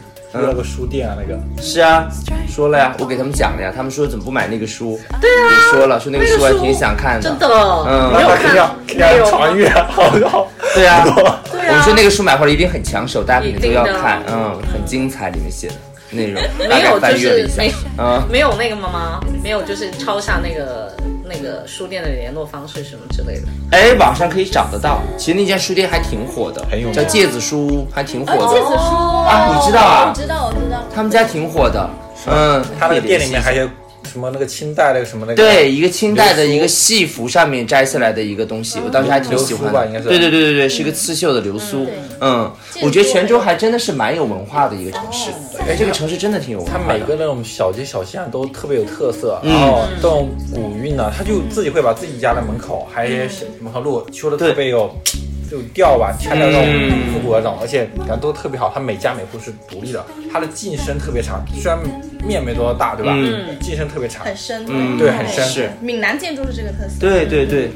S3: 了个书店啊，那个
S2: 嗯
S1: 是啊，说了呀，我给他们讲了呀，他们说怎么不买那个书？对啊，也说了，说那个
S2: 那个
S1: 书还
S2: 书
S1: 挺想看
S2: 真的，
S1: 嗯
S2: 没有
S3: 那肯定要
S2: 看，
S3: 肯定要穿越，好 好，
S1: 对啊，
S2: 啊
S1: 我们说那个书买回来一定很抢手，大家肯定都要看
S2: 一，
S1: 嗯，很精彩，里面写的内容，大
S2: 没
S1: 概
S2: 有
S1: 翻
S2: 就
S1: 阅了一
S2: 是
S1: 下
S2: 没，
S1: 嗯，
S2: 没有那个妈妈，没有就是抄下那个那个书店的联络方式什么之类的。
S1: 哎，网上可以找得到。其实那家书店还挺火的
S3: 很有，名
S1: 叫芥子书屋，还挺
S2: 哦
S1: 火
S4: 芥子
S1: 的，
S4: 书屋
S1: 啊你知道啊
S4: 我知道，我知道。
S1: 他们家挺火的，嗯，
S3: 他那
S1: 可以
S3: 个店
S1: 联
S3: 里
S1: 系
S3: 面还有什么那个清代那个什么那个，
S1: 对，一个清代的一个戏服上面摘下来的一个东西，我当时还挺喜欢
S3: 流苏吧
S1: 的
S3: 应该。是
S1: 对对对对对，是一个刺绣的流苏。嗯，我觉得泉州还真的是蛮有文化的一个城市，哎，这个城市真的挺有文
S3: 它
S1: 化
S3: 每
S1: 的。
S3: 个那种小街小巷都特别有特色，
S1: 嗯
S3: 然后这种古韵呢，他就自己会把自己家的门口还有一些小门口路修的特别有。
S1: 嗯
S3: 就调吧，恰到那种复古那种，而且感觉都特别好。它每家每户是独立的，它的进深特别长，虽然面没多大，对吧？
S1: 嗯
S3: 进深特别长。
S4: 很深，
S1: 嗯
S3: 对很深
S1: 是
S4: 闽南建筑是这个特色。
S1: 对对对，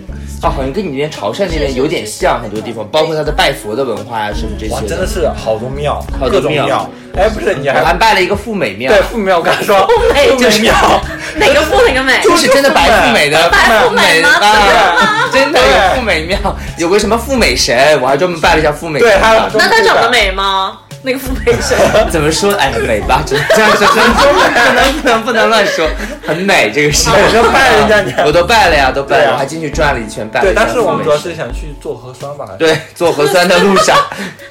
S1: 啊，好像跟你那边潮汕那边有点像，很多地方，包括它的拜佛的文化呀、什么这
S3: 哇，
S1: 些
S3: 真的
S1: 的。
S3: 是好多庙，
S1: 好多
S3: 各种
S1: 庙
S3: 庙。哎，不是，你
S1: 我还
S3: 还
S1: 拜了一个赴美庙哎
S3: 对，富庙，我刚才 说
S2: 赴美就
S3: 富
S2: 是
S3: 庙，
S2: 哪个富哪个美？
S1: 就是真的白富美的
S2: 白
S1: 富
S2: 富美吗
S1: 啊，真的有
S3: 对
S1: 赴美庙，有个什么赴美神，我还专门拜了一下赴美神。啊
S3: 对，还有
S2: 那她长得美吗？那个傅培生，
S1: 怎么说？哎，美吧，这这样说真不能不能不能乱说，很美这个事。
S5: 我说拜人家你还
S1: 我都拜了呀，都拜
S5: 对
S1: 了，
S5: 啊
S1: 我还进去转了一圈拜了一
S3: 对，
S1: 下
S3: 但
S1: 苏梅
S3: 是
S1: 士。
S3: 我们主要是想去做核酸吧，还是
S1: 对做核酸的路上，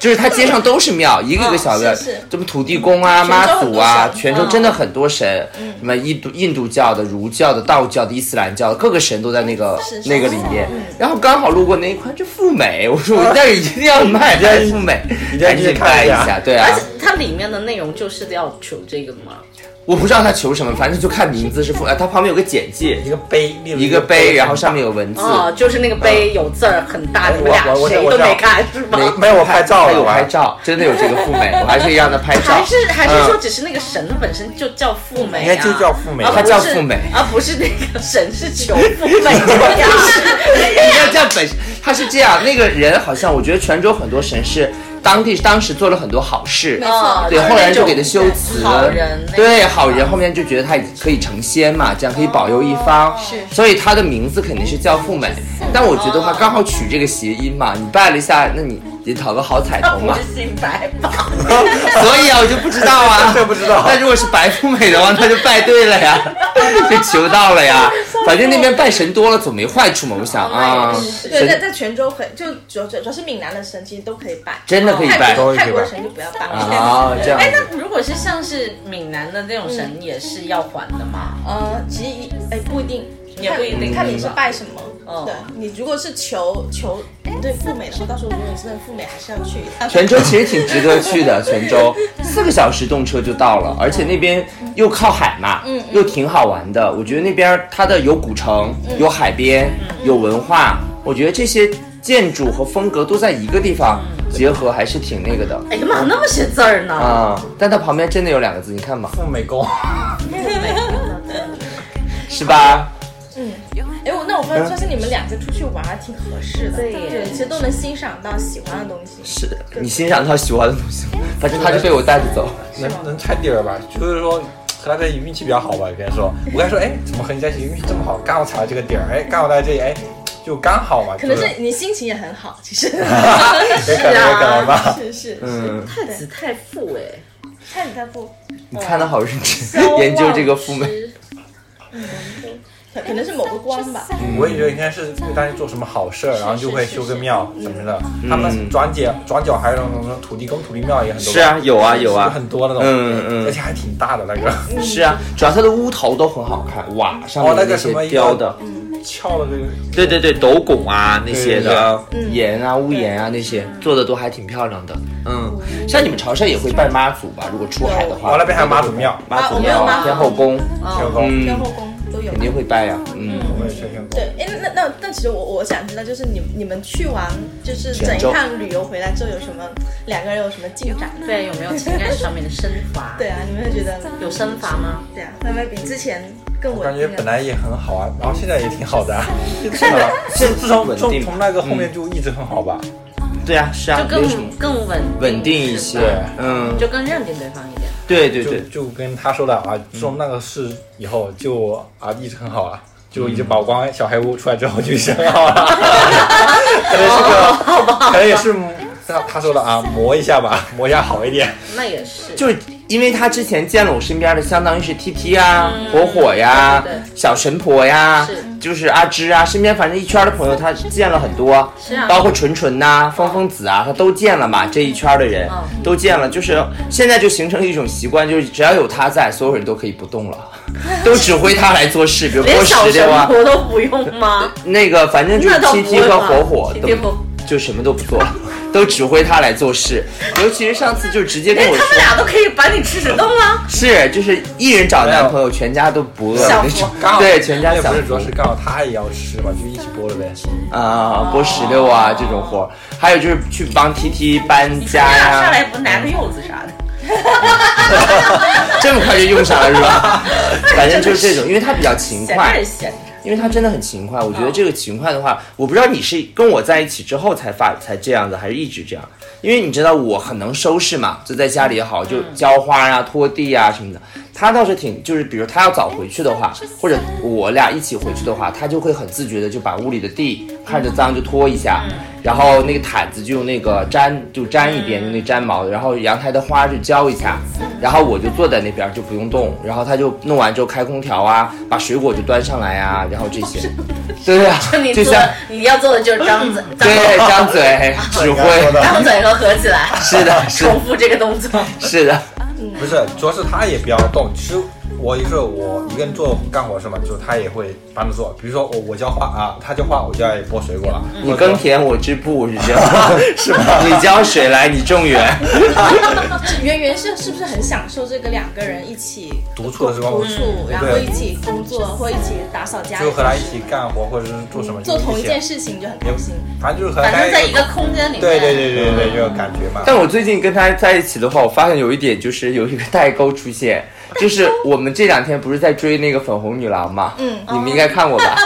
S1: 就是它街上都是庙，一个一个小院，
S4: 是是
S1: 这么土地公啊、
S4: 泉州
S1: 妈
S4: 很多
S1: 祖啊，
S4: 神
S1: 泉州真的很多神，什么印度印度教的、儒教的、道教的、伊斯兰教的，各个神都在那个
S4: 是是
S1: 那个里面。然后刚好路过那一块，这富美，我说我但是一定要买
S5: 要
S1: 这
S5: 去
S1: 富美，
S5: 一定要
S1: 赶紧
S5: 去看
S1: 拜
S5: 一
S1: 一
S5: 下
S1: 下，对啊
S2: 而且。它里面的内容就是要求这个嘛。
S1: 我不知道他求什么，反正就看名字是富，哎，他旁边有个简介，
S3: 一个碑，例如
S1: 一个碑，然后 上面有文字，
S2: 哦，就是那个碑有字儿很大，你们俩
S3: 我我我
S2: 谁
S3: 我
S2: 都
S3: 知道
S2: 没看是吗？
S5: 没有我拍照
S1: 他
S5: 了，
S1: 有
S5: 我
S1: 拍
S5: 还
S1: 照，真的有这个富美，我还特意让他拍照，
S2: 还是还是
S1: 嗯
S2: 说，只是那个神它本身就叫富美、啊，
S3: 应该就叫富美
S2: 而
S1: 它
S2: 不
S1: 叫
S2: 是
S1: 富美
S2: 而不是那个神是求富美 这样。
S1: 人家叫本，他是这样，那个人好像我觉得泉州很多神是当地当时做了很多好事
S4: 没，
S2: 哦
S4: 错，
S1: 对，
S2: 就是
S1: 后来
S2: 那
S1: 就
S2: 种
S1: 给他修辞，
S2: 好人那
S1: 对好人，后面就觉得他可以成仙嘛，这样可以保佑一方，
S4: 是
S1: 所以他的名字肯定是叫富美，但我觉得话刚好取这个谐音嘛，你拜了一下，那你也讨个好彩
S2: 它
S1: 头
S2: 不
S1: 嘛
S2: 是，新白吧？
S1: 所以啊，我就不知道 啊，
S5: 这不知道
S1: 那如果是白富美的话，那就拜 对了呀，就求到了呀，反正那边拜神多了总没坏处嘛，我想啊，
S4: 对，
S1: 神
S4: 在在泉州可以，就主要主要是闽南的神其实都可以拜，
S1: 真的可以拜
S4: 泰国
S3: 都可以拜
S4: 泰国的神就不要拜。
S1: 啊，这样
S2: 哎，
S1: 子。
S2: 那如果是像是闽南的那种神，也是要还的吗？
S4: 呃，其实哎不一定，
S2: 也不一定
S4: 看看你是拜什么。
S2: 嗯
S4: 对你如果是求求哎对赴美的话，到时候如果你真的赴美，还是要去一趟。
S1: 泉州其实挺值得去 的，泉州四个小时动车就到了，而且那边又靠海嘛，嗯，又挺好玩的。我觉得那边它的有古城，有海边，有文化，我觉得这些建筑和风格都在一个地方结合，还是挺那个的
S2: 哎呀妈，那么些字儿呢？
S1: 啊。但它旁边真的有两个字，你看嘛，
S3: 富美宫，
S1: 是吧？
S4: 哎，我那我发现，算是你们两个出去玩还挺合适的，
S2: 对
S4: 对，其实都能欣赏到喜欢的东西。
S1: 是你欣赏他喜欢的东西，反正他就被我带着走。
S3: 能能差点儿吧？就是说。和他在一起运气比较好吧，别人说，我跟他说，哎，怎么和你在一起运气这么好？刚好踩到这个点儿，哎，刚好在这里，哎，就刚好嘛，
S4: 可能啊
S3: 就是
S4: 你心情也很好，其 实
S3: 也可能也可能吧。
S4: 是是，
S1: 嗯，
S2: 太子太傅哎，
S4: 看你在 不，
S1: 你看他好认 真，研究这个富美。
S4: 嗯可可能是某个官吧，
S1: 嗯
S3: 我也觉得应该是为当时做什么好事儿，然后就会修个庙什么的。
S1: 嗯
S3: 他们转姐转角还有那种什么土地公、土地庙也很多，
S1: 是啊，，有啊，有啊，
S3: 很多那种，
S1: 嗯嗯
S3: 而且还挺大的那个，
S1: 是啊，主要它的屋头都很好看，哇，上
S3: 哦
S1: 面，
S3: 那
S1: 那
S3: 个嗯什么
S1: 些雕的，，
S3: 翘的这个，
S1: 对对对，斗拱啊那些
S3: 对嗯
S1: 的，檐啊、屋檐啊那些做的都还挺漂亮的。嗯，像你们潮汕也会拜妈祖吧？如果出海的话，
S3: 我那边还哦有妈祖庙，
S1: 妈祖
S4: 啊我没有妈
S1: 庙、
S4: 祖
S1: 天后宫，
S3: 天宫，
S4: 天
S1: 嗯，
S4: 后宫都有
S1: 肯。定会拜呀。嗯，
S3: 我也去天宫。
S4: 对，哎，那那那其实我我想知道，就是你你们去完就是整
S1: 泉
S4: 一
S1: 州
S4: 趟旅游回来之后有什么两个人有什么进展？
S2: 对，有没有情感上面的升华？
S4: 对，啊，你们会觉得
S2: 有升华吗？
S4: 对啊，会不会比之前更
S3: 我
S4: 稳
S3: 感
S4: 定啊？
S3: 觉 本来也很好啊，然后现在也挺好的啊，
S1: 是吧？
S3: 自自从
S1: 稳
S3: 从
S1: 定嗯
S3: 从那个后面就一直很好吧，
S1: 对啊，是啊
S2: 就，
S1: 没有什么
S2: 更更稳
S1: 稳定一些
S2: 是吧，
S1: 嗯，
S2: 就更认定对方一点。
S1: 对对
S3: 就
S1: 对，嗯
S3: 就跟他说的啊，自从那个事以后就啊一直很好啊，就已
S1: 嗯
S3: 经曝光小黑屋出来之后就已经很好 了，可能是
S1: 哦
S3: 个，可能也是他他说的啊，磨一下吧，磨一下好一点，
S2: 那也是，
S1: 就是因为他之前见了我身边的，相当于是 T T 呀、火火呀
S2: 嗯对对对、
S1: 小神婆呀
S2: 是，
S1: 就是阿芝啊，身边反正一圈的朋友，他见了很多
S2: 是啊，
S1: 包括纯纯呐、风风子啊，他都见了嘛，这一圈的人
S2: 嗯
S1: 都见了，就是现在就形成一种习惯，就是只要有他在，所有人都可以不动 了，都指挥他来做事，比如
S2: 连
S1: 拨
S2: 小
S1: 石
S2: 神
S1: 榴啊，
S2: 婆都不用吗？
S1: 那个反 正就是
S2: 那倒
S1: T
S2: 不
S1: T
S2: 会
S1: 和
S2: 吧
S1: 火火
S2: TT 和
S1: 都就什么都不做了，都指挥他来做事，尤其是上次就直接跟
S2: 连
S1: 我
S2: 哎他
S1: 说
S2: 们。俩都可以把你吃屎动了。
S1: 是，就是一人找男朋友，全家都不饿
S2: 享
S1: 那
S2: 福
S1: 种
S3: 刚。好
S1: 对，全家
S3: 也
S1: 享
S3: 不是主
S1: 福
S3: 要是刚好他也要吃嘛，就一起播了呗，
S1: 啊，剥石榴啊这种活儿，还有就是去帮 T T 搬
S2: 你们
S1: 家
S2: 俩上
S1: 呀
S2: 来，不拿个柚子啥的，
S1: 这么快就用上了是 吧？反正就是这种，因为他比较勤
S2: 闲
S1: 快
S2: 着也，闲着。
S1: 因为他真的很勤快。我觉得这个勤快的话，我不知道你是跟我在一起之后才发才这样子，还是一直这样。
S2: 嗯
S1: 因为你知道我很能收拾嘛，就在家里也好，就浇花啊、拖地啊什么的。他倒是挺，就是比如他要早回去的话，或者我俩一起回去的话，他就会很自觉的就把屋里的地看着脏就拖一下，
S2: 嗯
S1: 然后那个毯子就用那个粘就粘一遍，用那粘毛，然后阳台的花就浇一下，然后我就坐在那边就不用动，然后他就弄完之后开空调啊，把水果就端上来啊，然后这 些，对啊，
S2: 你
S1: 就
S2: 做
S1: 像
S2: 你要做的就是张 嘴，张
S1: 对张嘴 指挥，
S5: 刚说的
S2: 张嘴和合起来，
S1: 是的，是
S2: 重复这个 动作。
S1: 是的，
S3: 不是，主要是他也比较动。其实我有时候我一个人做干活是嘛，就是他也会帮着做。比如说我我浇花啊，他浇花，我就要剥水果了。
S1: 嗯你耕田我织布是这样， 是吧？你浇水来，你种园，
S4: 圆圆是是不是很享受这个两个人一起
S3: 独处的时光，
S4: 独
S1: 嗯
S4: 处，然后
S3: 嗯对
S4: 一起工作或一起打扫家
S3: 就
S4: 里，
S3: 和他一起干活或者是做
S2: 嗯
S3: 什么，
S4: 做同一件
S3: 事，
S4: 事情就很
S3: 也
S4: 开心。
S3: 反正就是和他
S2: 反正在一个空间里面，
S3: 对对对对对，就有感觉嘛。
S1: 但我最近跟他在一起的话，我发现有一点就是有一个代沟出现，就是我们这两天不是在追那个粉红女郎嘛，嗯，你们应该看过吧？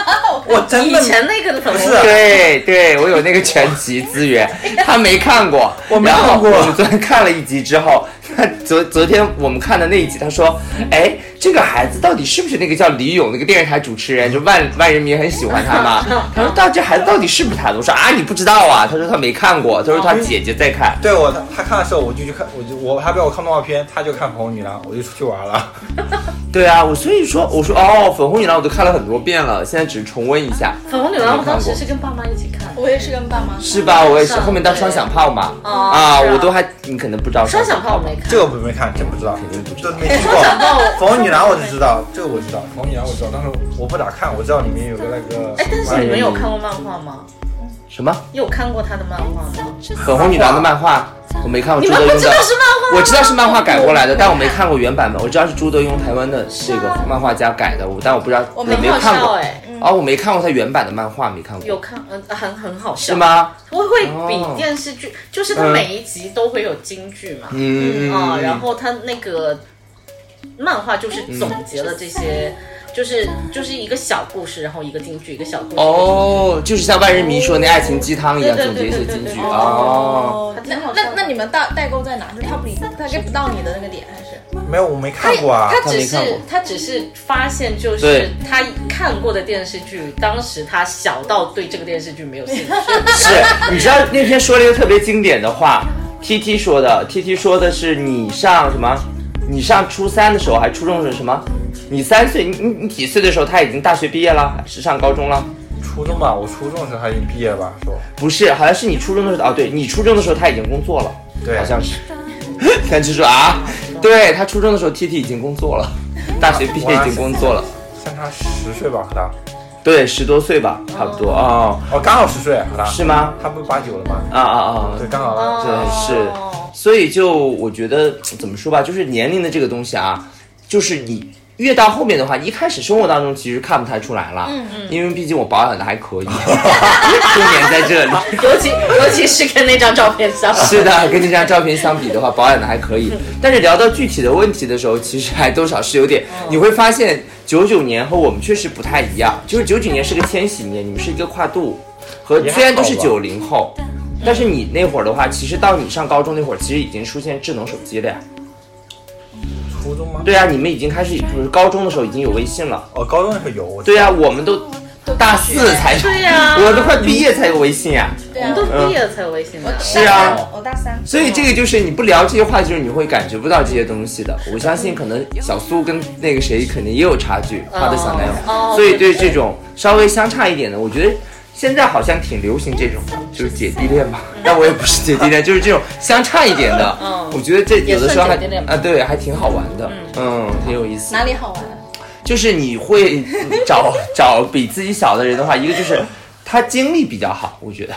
S3: 我真
S2: 以
S3: 的
S2: 前那个粉红
S1: 啊
S3: 是
S1: 对对，我有那个全集资源，他没看 过，我
S3: 没看过
S1: 我们昨天看了一集之后，他昨昨天我们看的那一集，他说，哎，这个孩子到底是不是那个叫李咏那个电视台主持人？就万万人迷很喜欢他 嘛。他说，到这孩子到底是不是他的？我说啊，你不知道啊。他说他没看过，他说他姐姐在看。
S3: 对我他看的时候，我就去看，我就我他不要我看动画片，他就看《红女郎》，我就出去玩了。
S1: 对啊，我所以说我说哦，粉红女郎我都看了很多遍了，现在只是重温一下，
S2: 粉红女郎，我当时是跟爸妈一起看的。
S4: 我也是跟爸妈说，
S1: 是吧？我也是，
S2: 上
S1: 后面当双响炮嘛，
S2: 哦
S1: 啊，
S2: 是啊
S1: 我都还你可能不知道
S2: 双响炮我没看，哎
S3: 这个我没看，真不知道，肯
S1: 定不知
S3: 道，没听过。 《红女郎》我就知道，这个我知道，《红女郎》我知道，但是我不咋看，我知道里面有个那个。
S2: 哎，但是你们有看过漫画吗？
S1: 什么。
S2: 你有看过他的漫画吗？
S3: 嗯
S1: 粉红女郎的漫画，我没看过。
S2: 你
S1: 朱
S2: 们
S1: 德
S2: 不
S1: 庸
S2: 知道
S1: 哎的，
S2: 是漫画吗？
S1: 我知道是漫画改过来的，但我没看过原版本。我知道是朱德庸台湾的这个漫画家改的，我但我不知道，我
S2: 没
S1: 没有
S2: 看
S1: 看过。
S2: 哎，
S1: 哦，我没看过他原版的漫画，没看过。
S2: 有看，嗯，很很好笑，
S1: 是？吗？
S2: 我会
S1: 哦
S2: 比电视剧，就是它每一集都会有京剧嘛，
S1: 嗯
S2: 啊，然后它那个漫画就是总结了这些，
S1: 嗯
S2: 就是就是一个小故事，然后一个京剧，一个小故事。
S1: 哦，就是像万人迷说那爱情鸡汤一样
S2: 对
S1: 总
S2: 对
S1: 结一
S2: 对
S1: 些
S2: 对对
S1: 金句
S2: 对
S1: 哦。
S4: 哦，那那那你们代代沟在哪？就他不理，他 get 不到你的那个点，还是
S3: 没有，我没看过啊。
S2: 他只
S1: 没看
S2: 是
S1: 过
S2: 他只是发现，就
S1: 对
S2: 是他看过的电视剧，当时他小到对这个电视剧没有兴趣。
S1: 是，你知道那天说了一个特别经典的话，T T 说的，T T 说的是你上什么？你上初三的时候还初中的时候什么？你三岁，你你你几岁的时候他已经大学毕业了，还是上高中了？
S3: 初中吧，我初中的时候他已经毕业了吧？是吧？
S1: 不是，好像是你初中的时候哦，对你初中的时候他已经工作了，
S2: 嗯
S3: 对
S1: 好像是。 看就说啊，对他初中的时候 T T 已经工作了，大学毕业已经工作了，
S3: 相差十岁吧，和他。
S1: 对，十多岁吧，差不多哦，
S3: 哦，刚好十岁，和他。
S1: 是吗？
S3: 他不是八九了吗？
S1: 啊啊啊！
S3: 对，刚好。
S2: 哦
S1: 对，是，所以就我觉得怎么说吧，就是年龄的这个东西啊，就是你越到后面的话，一开始生活当中其实看不太出来了，嗯嗯，因为毕竟我保养的还可以， 重点在这里。
S2: 尤其 尤其是跟那张照片相比，
S1: 是的，跟这张照片相比的话，保养的还可 以。但是聊到具体的问题的时候，其实还多少是有点，你会发现九九年和我们确实不太一样。就是九九年是个千禧年，你们是一个跨度，和
S3: 也还好吧
S1: 虽然都是九零后，但是你那会儿的话，其实到你上高中那会儿，其实已经出现智能手机了呀。
S3: 初中吗？
S1: 对啊，你们已经开始，就是高中的时候已经有微信了。
S3: 哦，高中的时候有。我
S1: 对啊，我们都大四才有，
S2: 对啊呀
S1: 我都快毕业才有微信呀、
S4: 对
S2: 我们，
S4: 啊
S2: 都毕业了才有微信的。
S1: 是啊，
S4: 我大三，
S1: 所以这个就是你不聊这些话，就是你会感觉不到这些东西的。我相信可能小苏跟那个谁肯定也有差距，她的小男友，
S2: 哦
S1: 所以对这种稍微相差一点的，我觉得。现在好像挺流行这种的，就是姐弟恋吧，但我也不是姐弟恋， 就是这种相差一点的。
S2: 嗯
S1: 我觉得这有的时候还
S2: 也算姐弟恋吧
S1: 啊，对，还挺好玩的，嗯，挺有意思。
S4: 哪里好玩啊？
S1: 就是你会 找找比自己小的人的话，一个就是他经历比较好，我觉得。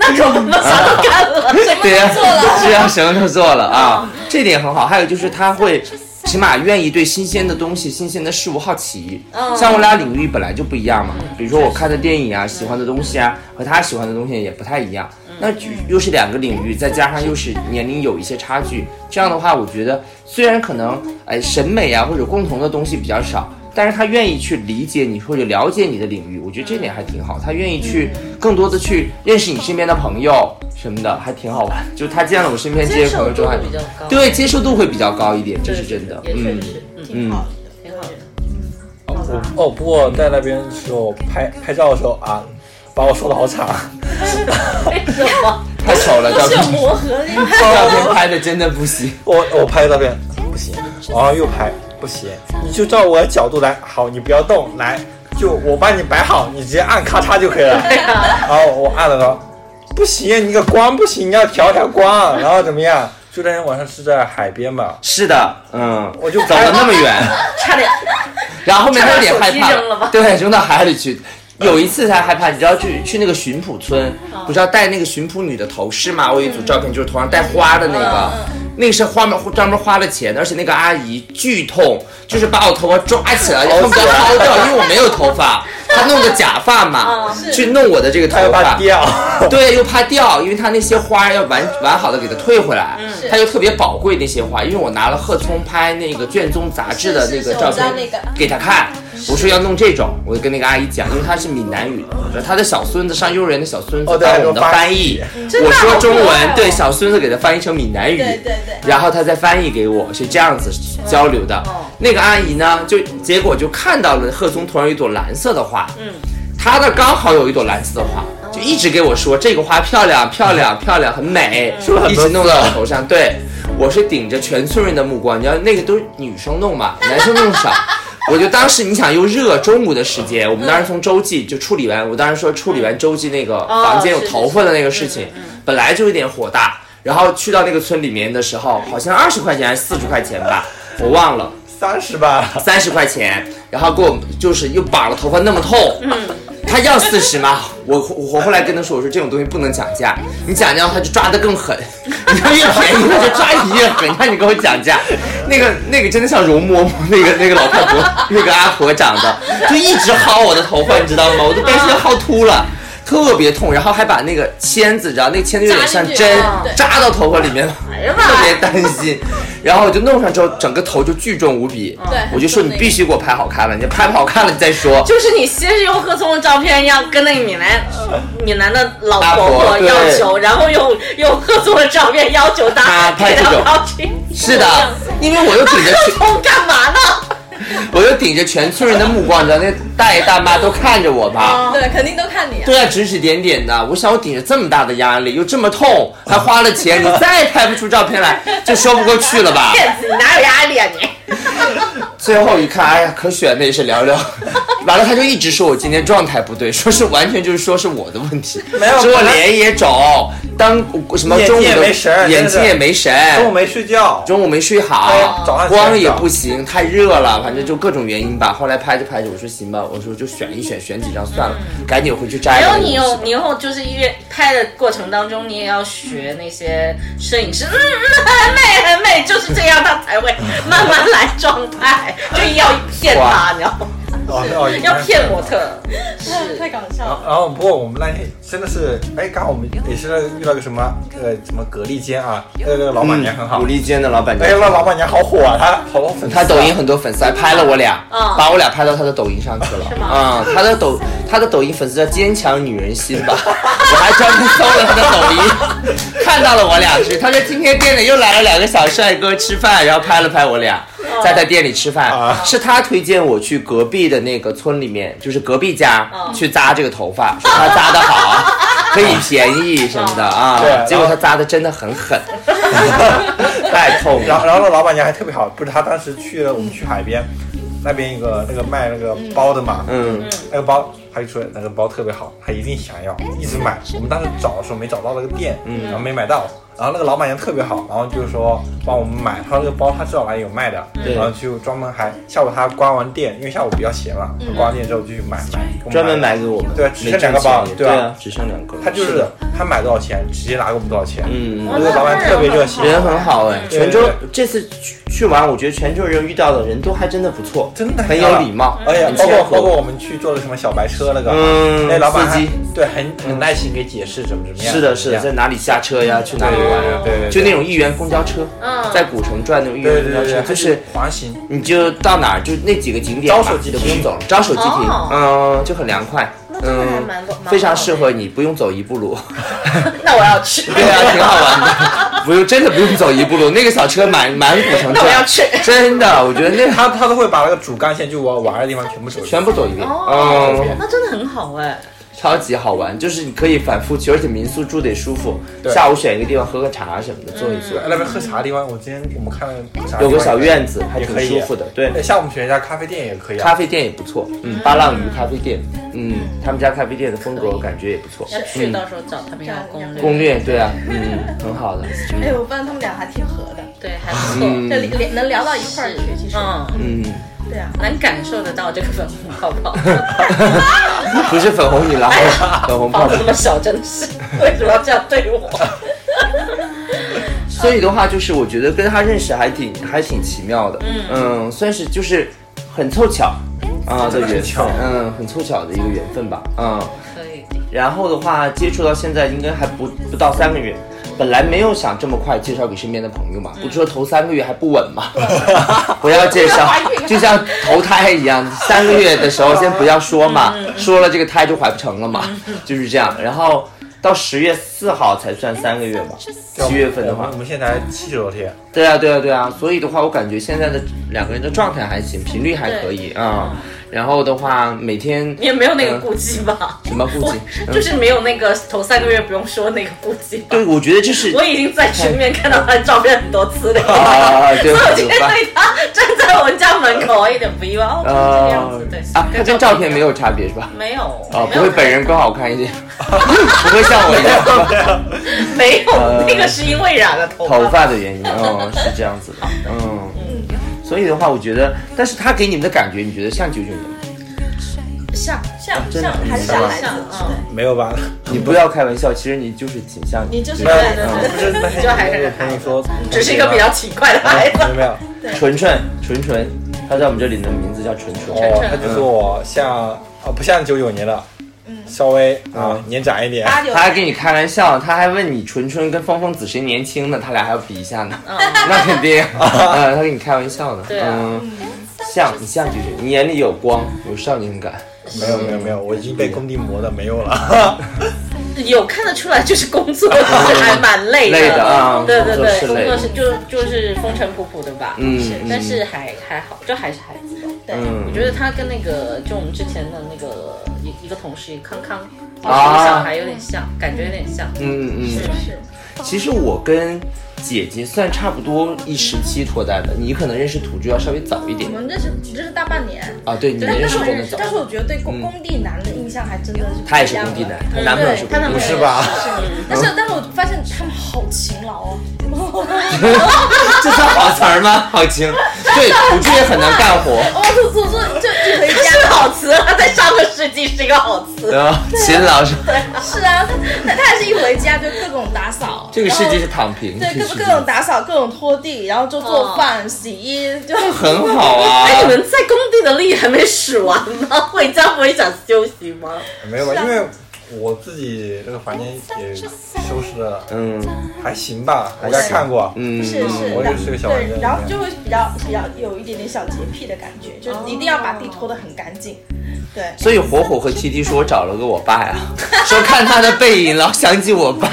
S2: 那种我们啥都干了，
S1: 啊 对呀，做了，是啊，什么时候做了啊？这点很好。还有就是他会，起码愿意对新鲜的东西、新鲜的事物好奇。像我俩领域本来就不一样嘛，比如说我看的电影啊、喜欢的东西啊，和他喜欢的东西也不太一样。那就又是两个领域，再加上又是年龄有一些差距，这样的话，我觉得虽然可能哎审美啊或者共同的东西比较少，但是他愿意去理解你或者了解你的领域，我觉得这点还挺好。他愿意去更多的去认识你身边的朋友什么的，还挺好玩。就他见了我身边这些朋友之后，还
S2: 接受度比较高
S1: 对接受度会比较高一点，这是真的。
S2: 也确
S1: 嗯
S2: 实是，嗯，
S4: 挺好的，
S2: 挺 好的。
S3: 我哦，不过在那边的时候拍拍照的时候啊，把我说的好惨，啊
S2: 为什么？
S1: 太丑了，照
S4: 是有
S1: 片
S4: 磨合的。
S1: 照片拍的真的不行。
S3: 我我拍个照片不行，然后又拍不行，你就照我的角度来，好，你不要动，来，就我帮你摆好，你直接按咔嚓就可 以了。
S2: 啊
S3: 然后我按了个，不行，你个光不行，你要调调光，然后怎么样？就那天晚上是在海边吧，
S1: 是的，嗯，
S3: 我就
S1: 走了那么远，
S2: 差点
S1: 然后后面他有点害
S2: 差点把
S1: 怕
S2: 手机扔了吧
S1: 对，扔到海里去。有一次才害怕，你知道去去那个巡捕村，
S2: 嗯
S1: 不是要戴那个巡捕女的头饰吗？我有一组照片，就是头上戴花的那
S2: 嗯
S1: 个，那个是花门专门花了钱的，而且那个阿姨巨痛，就是把我头发抓起来，恨不得薅掉，因为我没有头发，她弄个假发嘛，
S2: 嗯
S1: 去弄我的这个头
S3: 他要
S1: 发
S3: 把，掉。
S1: 对，又怕掉，因为他那些花要完完好的给它退回来，他又特别宝贵那些花，因为我拿了贺聪拍那个《卷宗》杂志的那
S4: 是是
S1: 个
S4: 是
S1: 照
S4: 我知道
S1: 片
S4: 那个嗯
S1: 给他看，我说要弄这种，我就跟那个阿姨讲，因为她是闽南语的，我说她的小孙子上幼儿园的小孙子
S3: 哦对
S1: 当我们的
S3: 给
S1: 翻
S3: 我翻
S1: 译
S3: 译，
S1: 我说中
S2: 好可爱
S1: 文
S2: 哦，
S1: 对，小孙子给他翻译成闽南语，
S4: 对对对哦
S1: 然后他再翻译给我，是这样子交流的。那个阿姨呢，就结果就看到了贺聪头上有一朵蓝色的花，嗯，她那刚好有一朵蓝色的花，
S2: 哦
S1: 就一直给我说这个花漂亮漂亮漂亮，很美，
S3: 了
S2: 嗯
S3: 很
S1: 一
S3: 多
S1: 直弄到我头上。对，我是顶着全村人的目光，你知道那个都是女生弄嘛，男生弄 少。我就当时你想又热，中午的时间，我们当时从洲际就处理完，我当时说处理完洲际那个房间有
S2: 是哦是嗯
S1: 头发的那个事情，本来就有点火大，然后去到那个村里面的时候，好像二十块钱还是四十块钱吧，我忘了。
S3: 三十吧，
S1: 三十块钱，然后给我就是又绑了头发那么透，
S4: 嗯
S1: 他要四十吗？我我后来跟他说，我说这种东西不能讲价，你讲价他就抓得更狠， 你要越便宜他就抓你越狠，你看你给我讲价，那个那个真的像容嬷嬷那个那个老太婆那个阿婆长的，就一直薅我的头发，你知道吗？我都担心薅秃了。特别痛，然后还把那个签子，然后那个签子有点像
S4: 扎进去
S1: 针
S4: 啊对
S1: 扎到头发里面了，
S2: 哎呀妈呀
S1: 特别担心。然后我就弄上之后，整个头就巨重无比。
S4: 对
S1: 我就说你必须给我拍好看了，你拍不好看了你再说。
S2: 就是你先是用贺松的照片要跟那个闽南闽南的老婆
S1: 阿婆
S2: 婆
S1: 对
S2: 要求，然后用用贺松的照片要求他
S1: 啊拍这种
S2: 要去
S1: 是的， 因为我又顶着
S2: 贺
S1: 全，
S2: 松干嘛呢？
S1: 我又顶着全村人的目光，你知道那大爷大妈都看着我吧。
S4: 对，肯定都看你啊。
S1: 对啊，指指点点的。我想，我顶着这么大的压力，又这么痛，还花了钱，你再拍不出照片来，就说不过去了吧？
S2: 骗子，你哪有压力啊你？
S1: 最后一看，哎呀，可选的也是寥 寥。完了，他就一直说我今天状态不对，说是完全就是说是我的问题，
S3: 没有
S1: 说我
S3: 哎本来
S1: 脸也肿，当什么
S3: 眼睛
S1: 中午
S3: 也
S1: 的
S3: 没神儿
S1: 眼
S3: 真
S1: 睛
S3: 是
S1: 也没神，
S3: 中午没睡觉，
S1: 中午没睡
S3: 哎
S1: 好，
S3: 早上起来
S1: 光也不行，太热了，反正就各种原因吧。后来拍着拍着，我说行吧，我说就选一选，选几张算了，赶紧回去摘
S2: 还
S1: 了。
S2: 有你有你以后就是越拍的过程当中，你也要学那些摄影师，嗯嗯，很美很美，就是这样，他才会慢慢来状 态，就要骗他，你知道吗？
S3: 哦哦
S2: 要骗模特，
S4: 太 太搞笑了。
S3: 然后不过我们那天真的是，哎，刚好我们也是遇到个什么呃什么格力间啊，那个老板娘很好
S1: 武，力间的老板娘
S3: 哎，，那老板娘好火啊，她好多粉丝
S1: 他
S3: 啊，
S1: 嗯抖音很多粉丝，还拍了我俩，把我俩拍到他的抖音上去了。啊、他的抖他的抖音粉丝叫坚强女人心吧，我还专门搜了他的抖音，看到了我俩是，他说今天店里又来了两个小帅哥吃饭，然后拍了拍我俩。在他店里吃饭，
S3: 啊
S1: 是他推荐我去隔壁的那个村里面，就是隔壁家、去扎这个头发，说他扎的好，可以便宜什么的啊
S3: 对。
S1: 结果他扎的真的很狠，太痛
S3: 然
S1: 了。
S3: 后然后那老板娘还特别好，不是她当时去了我们去海边，那边一个那个卖那个包的嘛，
S1: 嗯，
S3: 那个包，她就说那个包特别好，她一定想要，一直买。我们当时找的时候没找到那个店，嗯，然后没买到。然后那个老板娘特别好，然后就说帮我们买，她说那个包她知道哪里有卖的，
S1: 嗯对
S3: 然后就专门还下午她关完店，因为下午比较闲嘛，她关完店之后就去买买，给我
S1: 专门买给我们，
S3: 对啊
S1: 没
S3: 只剩两个包
S1: 挣钱
S3: 对
S1: 对
S3: 啊
S1: 啊，只剩两个，
S3: 她就是她买多少钱直接拿 给我们多少钱，
S1: 嗯
S3: 那个老板特别热心，
S1: 人很好哎，
S3: 对
S1: 泉州
S3: 对
S1: 这次去去玩，我觉得泉州人遇到的人都还真的不错，
S3: 真的
S1: 很有礼貌，
S3: 而且
S1: 很
S3: 包
S1: 谦
S3: 括包括
S1: 和。
S3: 我们去坐的什么小白车那个，
S1: 嗯
S3: 那老板
S1: 司
S3: 还
S1: 机嗯
S3: 对很很耐心给解释怎么怎么样。
S1: 是的，是的，
S3: 这
S1: 在
S3: 样
S1: 哪里下车呀？去哪里
S3: 对
S1: 玩啊，
S3: 对对对
S1: 就那种一元公交车，
S2: 嗯
S1: 在古城转那种一
S3: 对
S1: 元公交
S3: 对对
S1: 车，
S3: 对，
S1: 就是
S3: 滑行，
S1: 你就到哪儿就那几个景点吧，
S5: 招手即停
S1: 都不用走了，招手即停，嗯，就很凉快，
S2: 哦那这个
S1: 嗯
S2: 还蛮蛮好，的
S1: 非常适合你，不用走一步 路，
S2: 那我要去。
S1: 对啊，挺好玩的，不用真的不用走一步路，那个小车满满古城
S2: 那我要
S1: 转，
S2: 去。
S1: 真的，我觉得 那
S3: 他他都会把那个主干线就往玩的地方全部走一遍，
S1: 全部走一遍，
S2: 哦
S1: 嗯，
S2: 那真的很好哎，
S1: 超级好玩，就是你可以反复去，而且民宿住得舒服，
S3: 对
S1: 下午选一个地方喝个茶什么的，坐一坐
S3: 对，，
S2: 嗯
S3: 那边喝茶的地方，我之前我们看了个啥地方
S1: 有个小院子，还
S3: 也
S1: 挺
S3: 可以
S1: 舒服的，对。
S3: 哎，下午我们选一家咖啡店也可以啊。
S1: 咖啡店也不错，嗯，八浪鱼咖啡店，嗯，他们家咖啡店的风格我感觉也不错，
S2: 要去到时候找他们要攻略。
S1: 攻略对啊，嗯，很好的，
S4: 哎，我发现他们俩还挺合的，
S1: 嗯
S2: 对，还不错。
S4: 这里连能聊到一块儿去，其实，
S2: 嗯，
S1: 嗯，
S4: 对啊，
S2: 能感受得到这个粉红泡 泡，
S1: 不是粉红女
S2: 哎
S1: 郎，粉红泡
S2: 泡
S1: 泡
S2: 这。么小，真的是为什么要这样对 我？
S1: 所以的话，就是我觉得跟他认识还挺还挺奇妙的，嗯算是就是很凑巧啊的缘分，嗯，很凑巧的一个缘分吧，嗯。
S2: 可以，
S1: 然后的话，接触到现在应该还不不到三个月，本来没有想这么快介绍给身边的朋友嘛，不是说头三个月还不稳嘛，不要介绍，就像投胎一样，三个月的时候先不要说嘛，说了这个胎就怀不成了嘛，就是这样。然后到十月四号才算三个月嘛，七月份的
S3: 我
S1: 话
S3: 们我，们现在才七十多天，
S1: 对啊，对啊，对啊，所以的话，我感觉现在的两个人的状态还
S2: 嗯
S1: 行，频率还可以啊、然后的话，每天
S2: 你也没有那个顾忌吧？
S1: 什么顾忌嗯
S2: 我就是没有那个头三个月不用说那个顾忌吧
S1: 对，？我觉得这是
S2: 我已经在群里面看到他的照片很多次了，
S1: 啊，对，
S2: 所以我
S1: 我
S2: 今
S1: 明
S2: 天
S1: 白。
S2: 对他站在我们家门口，我一点不意外。哦，这个样子，对
S1: 啊，它跟照片没有差别是吧？
S2: 没有
S1: 啊，
S2: 没
S1: 不
S2: 有
S1: 会本人更好看一 点，不会像我一样
S2: 没有，
S1: 呃
S2: 那个是因为染了头
S1: 头
S2: 发。
S1: 发的原因，嗯，是这样子的，嗯。所以的话，我觉得，但是他给你们的感觉，你觉得像九九年吗？
S2: 像像
S1: 真的
S4: 像还是小
S2: 像
S4: 孩子，
S2: 像嗯
S4: 对，
S3: 没 有吧？
S1: 你不要开玩笑，其实你就是挺像
S4: 你就是
S3: 没有
S4: 对对对，
S3: 嗯
S1: 嗯
S3: 不是，
S2: 你就还是个
S3: 我跟你说，啊
S2: 只是一个比较奇怪的孩子
S3: 没。有没有，
S1: 纯纯纯纯，他在我们这里的名字叫纯纯。
S3: 哦，他就说我像啊，不像九九年了，
S2: 嗯
S3: 稍微
S1: 嗯
S3: 啊年长一点，
S4: 八九
S1: 他还跟你开玩笑，他还问你纯纯跟峰峰子谁年轻呢，他俩还要比一下呢。那肯定，嗯，他跟你开玩笑呢。
S2: 对啊
S1: 嗯，像你像九九，你眼里有光，有少年感。
S3: 没有没有没有，我已经被工地磨的没有了。
S2: 有看得出来，就是工作 就是还蛮累的，
S1: 累的啊
S2: 对对对，
S1: 工
S2: 工
S1: 作
S2: 作
S1: 是
S2: 是就就是风尘仆仆的吧，
S1: 嗯
S2: 是
S1: 嗯
S2: 但是还还好，就还是孩子。对，
S1: 嗯
S2: 我觉得他跟那个就我们之前的那个一一个同事康康，
S1: 啊
S2: 小孩有点像，感觉有点像，
S1: 嗯嗯
S2: 是
S1: 嗯。
S2: 是，
S1: 其实我跟姐姐算差不多一时期脱单的，你可能认识土著要稍微早一点
S4: 我们认识只认识大半年，
S1: 啊。对，你
S4: 但
S1: 认
S4: 但
S1: 识
S4: 是我
S1: 真的早
S4: 但。是我觉得对工工地男的印象还真的是
S1: 嗯她也是
S4: 不一样
S1: 工地
S4: 的
S1: 男，她男朋友是嗯
S4: 对，
S1: 工地
S4: 他男
S1: 男
S4: 朋友
S3: 是吧
S4: 是，但是但是我发现他们好勤劳 哦，
S1: 这算好词儿吗？好轻。对，土著也很能干 活。
S4: 哦，我我说就一回
S2: 这
S4: 家
S2: 是个好词，他在上个世纪是一个好词，
S1: 然
S4: 啊
S1: 后呃秦老师，
S4: 是啊，他他他也是一回家就各种打扫，
S1: 这个世
S4: 然后
S1: 界是躺平，
S4: 对
S1: 这个世
S4: 各种
S1: 界
S4: 各种打扫，各种拖地，然后就做饭、洗衣，就
S1: 很好啊。
S4: 哎
S2: 那哎你们在工地的力还没使完吗？ 回家不会想休息吗？
S3: 没有吧？因为我自己这个房间也收拾的
S1: 嗯
S3: 还行吧，我家看过，
S1: 嗯，
S4: 是是，
S3: 我
S4: 然
S3: 也
S4: 后
S3: 是个小玩意
S4: 对，
S3: 儿
S4: 然后就会比较比较有一点点小洁癖的感觉，就一定要把地拖得很干净。对，
S1: 所以火火和 T T 说我找了个我爸呀， 说看他的背影老想起我爸，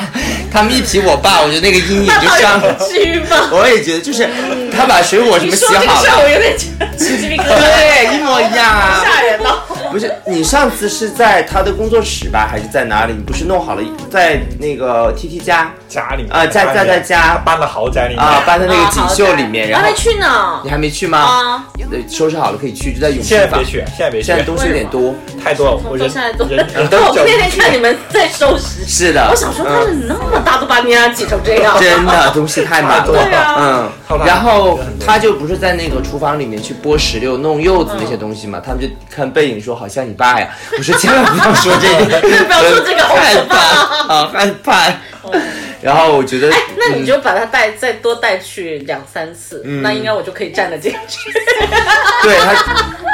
S1: 他们一提我爸，我觉得那个阴影就上 来了。
S2: 至于吗？
S1: 我也觉得，就是他把水果什
S2: 你
S1: 么洗
S2: 说这个
S1: 好
S2: 事儿，
S1: 了，
S2: 我有点觉 得起鸡皮疙瘩，
S1: 对，一模一样啊。
S2: 吓人了。
S1: 不是你上次是在他的工作室吧，还是在哪里？你不是弄好了在那个 T T 家
S3: 家里面
S1: 啊在在在家
S3: 搬到豪宅里面
S2: 哦
S1: 啊，搬到那个锦绣里面，
S2: 啊
S1: 然
S2: 还
S1: 后
S2: 没去呢
S1: 你。还没去吗？
S2: 啊，
S1: 对，收拾好了可以去，就在永
S3: 现
S1: 庆
S3: 在
S1: 坊
S3: 别。去，现在别去，
S1: 现在东西有点多，
S3: 太多了，我
S2: 都
S3: 人
S2: 现在都，
S3: 人 人
S2: 我
S3: 都
S2: 天天看你们在收拾，
S1: 是的。
S2: 我想说他
S1: 嗯
S2: 们那么大都把你俩挤成这 样，
S1: 真的东西太满
S3: 太多
S1: 了。
S2: 对啊
S3: 了。
S1: 嗯，然后他就不是在那个厨房里面去剥石榴、弄柚子那些东西嘛，他们就看背影说好像你爸 呀，我说千万不要说这个，
S2: 不要说这个好
S1: 害
S2: 可
S1: 怕啊，害怕。然后我觉得，嗯
S2: 哎，那你就把他带再多带去两三次，那应该我就可以站得进 去。
S1: 对他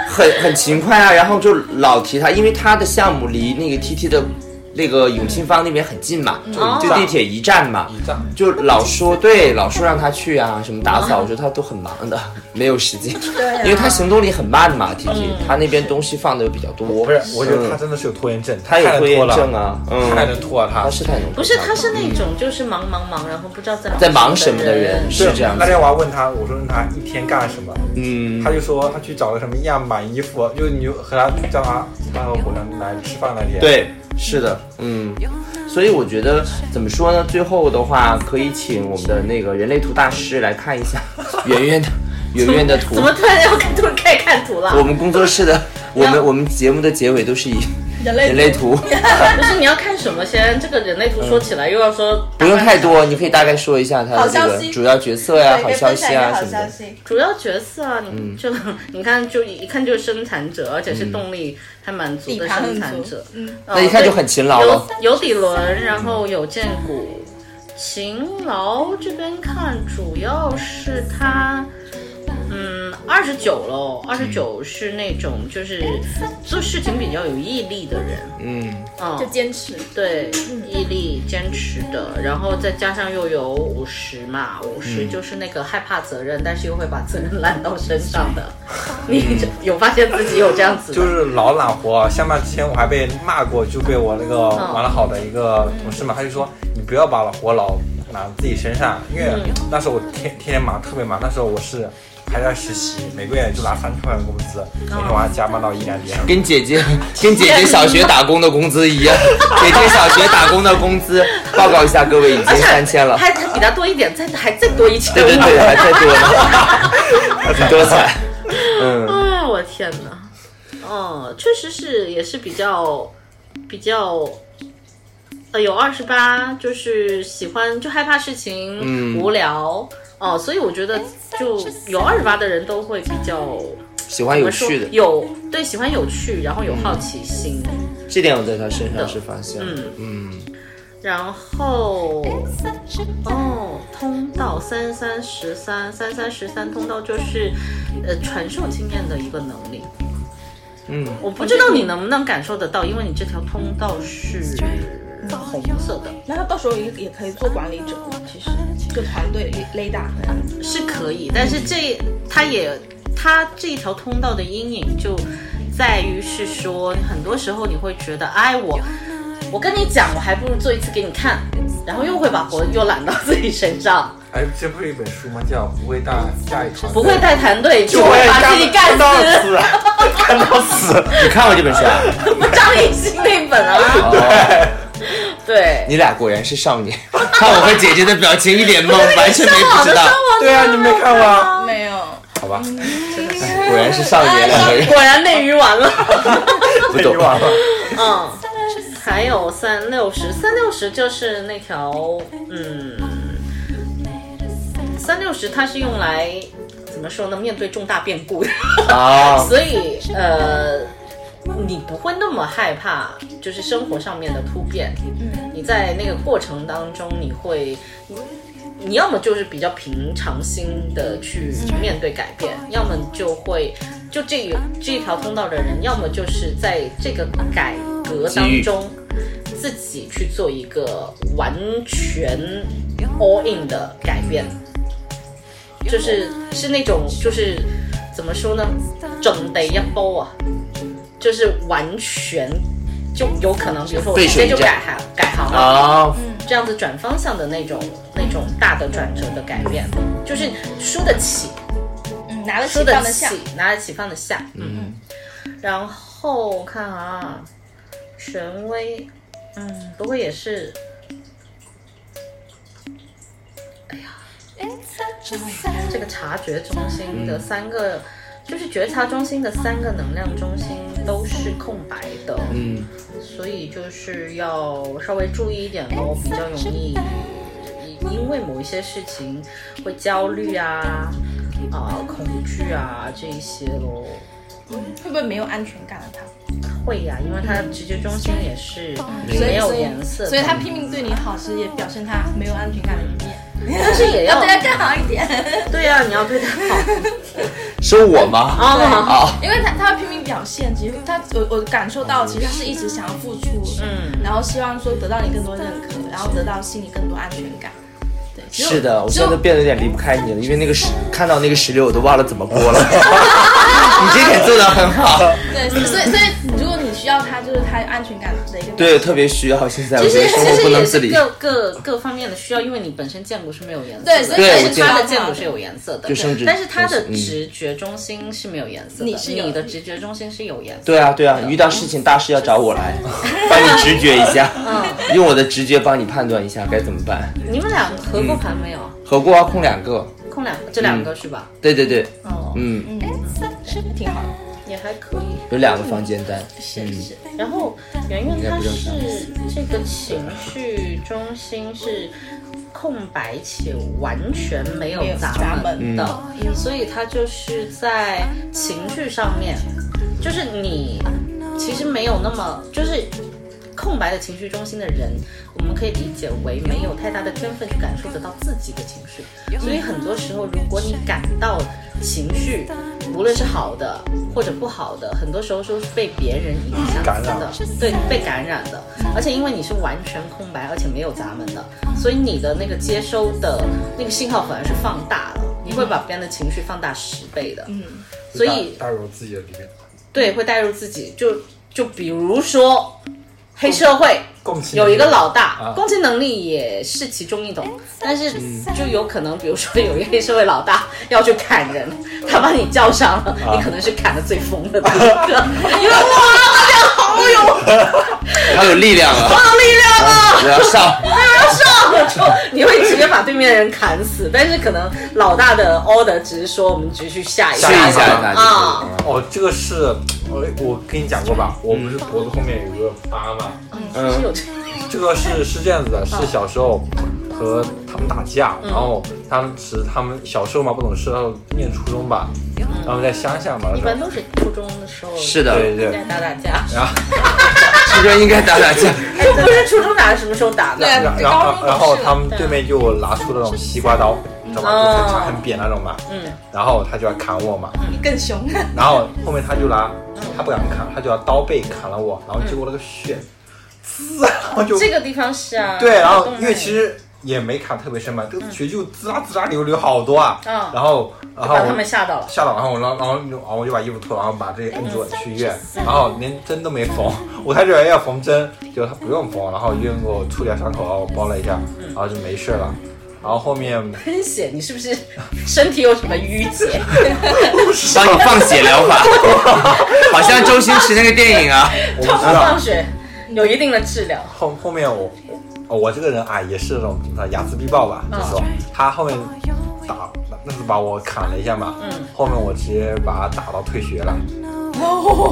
S1: 很很勤快啊，然后就老提他，因为他的项目离那个 TT 的那个永庆坊那边很近嘛，
S2: 哦
S1: 就地铁一站嘛，
S3: 一站
S1: 就老说对，老说让他去啊，什么打扫，我说他都很忙的，没有时间，因为他行动力很慢嘛，T T，他那边东西放的又比较多，
S5: 不是，我觉得他真的是有拖延症，
S1: 嗯他有拖延症
S5: 啊。
S1: 啊，
S3: 太
S1: 嗯，
S3: 能拖了他
S1: 他。是太能
S2: 不是，他是那种就是忙忙忙，然后不知道在
S1: 在忙什么的人，
S2: 人。
S1: 是这样
S5: 那
S1: 子，
S5: 天我还问他，我说他一天干什么？
S1: 嗯，
S5: 他就说他去找了什么样板衣服，就你就和他叫他他和伙伴来吃饭那天。，
S1: 对，是的，嗯，所以我觉得怎么说呢？最后的话，可以请我们的那个人类图大师来看一下圆圆的圆圆的图
S2: 怎。么突然要看突然开始看图
S1: 我
S2: 了？
S1: 们工作室的，我们我们节目的结尾都是以
S4: 人类
S1: 人类图，
S2: 不是你要看什么先？这个人类图说起来又要说
S1: 不用太多，你可以大概说一下它
S4: 好
S1: 的这
S4: 消
S1: 个
S4: 息
S1: 主要角色呀、
S4: 对，
S1: 好
S4: 可以
S1: 消
S4: 分享
S1: 息
S4: 一
S1: 啊
S4: 个好
S1: 什么
S4: 消
S1: 的。
S4: 息。
S2: 主要角色啊，
S1: 嗯
S2: 你就你看就一看就是生产者，而且是动力还蛮足的
S4: 底盘很
S2: 生
S4: 足
S2: 产者，
S4: 嗯
S2: 呃，
S1: 那一看就很勤劳了
S2: 有。有底轮，然后有剑骨。勤劳这边看，主要是他，嗯，二十九喽，二十
S1: 嗯
S2: 九是那种就是做事情比较有毅力的人，
S1: 嗯，
S2: 嗯，
S4: 就坚持，
S2: 对，毅力坚持的，然后再加上又有五十嘛，五
S1: 嗯
S2: 十就是那个害怕责任，但是又会把责任揽到身上 的。你
S1: 嗯
S2: 这有发现自己有这样子的？
S5: 就是老懒活。下班之前我还被骂过，就被我那个
S2: 嗯
S5: 玩的好的一个同事嘛，他就说你不要把活老揽自己身上，因为
S2: 嗯
S5: 那时候我天天天忙，特别忙。那时候我是还在实习，每个月就拿三千块钱工资，
S2: 嗯
S5: 每天晚上加班到一两点。
S1: 跟姐姐跟姐姐小学打工的工资一样，姐姐小学打工的工资报告一下各位已经三千了。
S2: 还还比他多一点，再还再多一千。
S1: 对对对，还太多了，多彩。嗯，
S2: 哎，我天哪！哦，确实是，也是比较比较，呃，有二十八，就是喜欢就害怕事情，
S1: 嗯
S2: 无聊哦，所以我觉得就有二十八的人都会比较
S1: 喜欢有趣的，
S2: 有对喜欢有趣，然后有好奇心，
S1: 这点我在他身上是发现的。
S2: 嗯
S1: 嗯，
S2: 然后哦，通道三三十三三三十三通道就是呃传授经验的一个能力。
S1: 嗯，
S2: 我不知道你能不能感受得到，因为你这条通道是红色的，
S4: 那他到时候也也可以做管理者，其实就团队雷雷达，
S2: 是可以，但是这它也它这一条通道的阴影就在于是说，很多时候你会觉得，哎，我我跟你讲，我还不如做一次给你看，然后又会把活又揽到自己身上，
S5: 哎，这不是一本书吗？叫《不会大下一场》。
S2: 不会啊带团队，就会把自己干死。
S5: 死，干到死。
S1: 你看过这本书啊？
S2: 张艺兴那本啊，
S1: 哦，
S2: 对，
S1: 你俩果然是少年。看我和姐姐的表情，一脸懵，完全没不知道，
S5: 对啊，你没看过啊？
S2: 哦
S4: 没有，
S5: 好吧，
S1: 果然是少年两个人
S2: 哎果然内娱完了。
S1: 不
S5: 你
S1: 懂。
S5: 完了。
S2: 嗯，还有三六十，三六十就是那条，嗯，三六十它是用来怎么说呢？面对重大变故的，
S1: 哦，
S2: 所以呃，你不会那么害怕，就是生活上面的突变。你在那个过程当中，你会。你你要么就是比较平常心的去面对改变，要么就会就这个这条通道的人，要么就是在这个改革当中自己去做一个完全 all in 的改变，就是是那种就是怎么说呢，整得一包啊，就是完全就有可能，比如说我
S1: 背
S2: 直
S1: 水
S2: 接
S1: 一
S2: 就
S1: 战
S2: 改行改行了。
S1: 哦，
S2: 这样子转方向的那种那种大的转折的改变，就是输得起，
S4: 嗯，拿得起
S2: 输得
S4: 放得
S2: 起
S4: 下，，
S2: 拿得起放得下。嗯，然后我看啊，权威，嗯，不过也是，哎呀，这个察觉中心的三个。就是觉察中心的三个能量中心都是空白的，
S1: 嗯，
S2: 所以就是要稍微注意一点喽，比较容易因为某一些事情会焦虑啊、啊、恐惧啊这一些喽。
S4: 会不会没有安全感了？他，
S2: 会呀、因为它直觉中心也是
S4: 所以
S2: 没有
S4: 所以
S2: 颜色的，
S4: 嗯所以他拼命对你好时，也表现他没有安全感的一面，
S2: 但是也要啊
S4: 对他更好一点。
S2: 对呀、你要对它好。
S1: 是我吗？
S2: 啊
S4: 对
S1: 啊，
S4: 因为他他拼命表现，其实他我我感受到，其实他是一直想要付出，
S2: 嗯
S4: 然后希望说得到你更多认可，然后得到心里更多安全感。对，只有
S1: 是的，我
S4: 只
S1: 现
S4: 有
S1: 在变得有点离不开你了，因为那个石看到那个石榴，我都忘了怎么过 了。你这点做的很好，
S4: 对，所以所以所以如果你需要他，就是他有安全感的一个
S1: 对，特别需要。现在我
S2: 其
S1: 觉得呃
S2: 实
S1: 生
S2: 其
S1: 活
S2: 实
S1: 不能
S2: 也
S1: 自
S2: 是
S1: 理，
S2: 各各各方面的需要，因为你本身建骨是没有颜色的，
S4: 对所以
S1: 对
S2: 但是
S1: 我
S2: 他
S1: 知
S2: 的
S1: 道
S2: 建骨是有颜色的，
S1: 就生殖
S2: 但是他的
S1: 嗯
S2: 直觉中心是没有颜色的，
S4: 你是有
S2: 你的直觉中心是有颜色的，
S1: 对啊，对啊，遇到事情大事要找我 来，帮你直觉一下，
S2: 嗯
S1: 用我的直觉帮你判断一下该怎么办。
S2: 你们俩合过盘没有？
S1: 合过啊，空两个，
S2: 空两这两个是吧？
S1: 对对对，
S2: 哦，
S1: 嗯，
S4: 挺好的。
S2: 也还可以。
S1: 有两个房间单，嗯
S2: 是是，然后圆圆她是这个情绪中心是空白且完全没有杂门的，所以她就是在情绪上面，就是你其实没有那么就是。空白的情绪中心的人，我们可以理解为没有太大的天分去感受得到自己的情绪，所以很多时候，如果你感到情绪，无论是好的或者不好的，很多时候是被别人影响
S3: 感染
S2: 的，对，被感染的。而且因为你是完全空白，而且没有闸门的，所以你的那个接收的那个信号反而是放大了，你会把别人的情绪放大十倍的。嗯，所以
S3: 带入自己的里面，
S2: 对，会带入自己。就就比如说黑社会。
S3: 共情
S2: 有一个老大
S3: 啊，
S2: 攻击能力也是其中一种，但是就有可能，比如说有一个黑社会老大 要去砍人，他把你叫上了，你可能是砍的最疯的那一个， 因为哇，他这样好啊有
S1: 好有力量啊！
S2: 好力量啊！
S1: 我要 上，
S2: 上了之后，你会直接把对面的人砍死，但是可能老大的 order 只是说我们只是去下一
S1: 试一下
S3: 下
S1: 那
S2: 啊
S1: 就，
S3: 哦，这个是
S5: 哎
S3: 我我跟你讲过吧？我不是脖子后面有个疤吗？
S2: 是有这
S3: 这个
S2: 嗯
S3: 是是这样子的，是小时候和他们打架，
S2: 嗯
S3: 然后当时他们小时候嘛不懂事，然后念初中吧，然后在乡下嘛，
S2: 一般都是初中的时候
S1: 是的，
S3: 对对
S2: 在打打架，
S3: 然后
S1: 初中应该打打架，
S2: 哎，不是初中打，什么时候打的？
S3: 然后然后然后他们对面就拿出那种西瓜刀，你知道吗？就很长很扁那种嘛，
S2: 哦嗯，
S3: 然后他就要砍我嘛，
S4: 你更凶，
S3: 然后后面他就拿
S2: 嗯
S3: 他不敢砍，他就拿刀背砍了我，然后结果那个血，滋，然后就
S2: 这个地方是啊，
S3: 对，然后
S2: 动脉
S3: 因为其实也没砍特别深嘛，这个血就滋啦滋啦流流好多啊，
S2: 嗯
S3: 然后然后
S2: 把他们吓到了。
S3: 吓到，然后我然后然后然后我就把衣服脱了，然后把这个摁住了去医
S2: 哎
S3: 院，然后连针都没缝，我开始要缝针，结果他不用缝，然后医院给我处理了伤口，然后啊我包了一下，
S2: 嗯
S3: 然后就没事了。然后 后面
S2: 喷血，你是不 是身体有什么淤结？
S1: 帮你放血疗法，好像周星驰那个电影啊，
S3: 我不
S2: 痛
S3: 知
S2: 风
S3: 道
S2: 放，血有一定的治 疗，
S3: 后后面我哦我这个人啊也是那种呃睚眦必报吧，
S2: 嗯
S3: 就是说他后面打那是把我砍了一下嘛，
S2: 嗯
S3: 后面我直接把他打到退学了，哦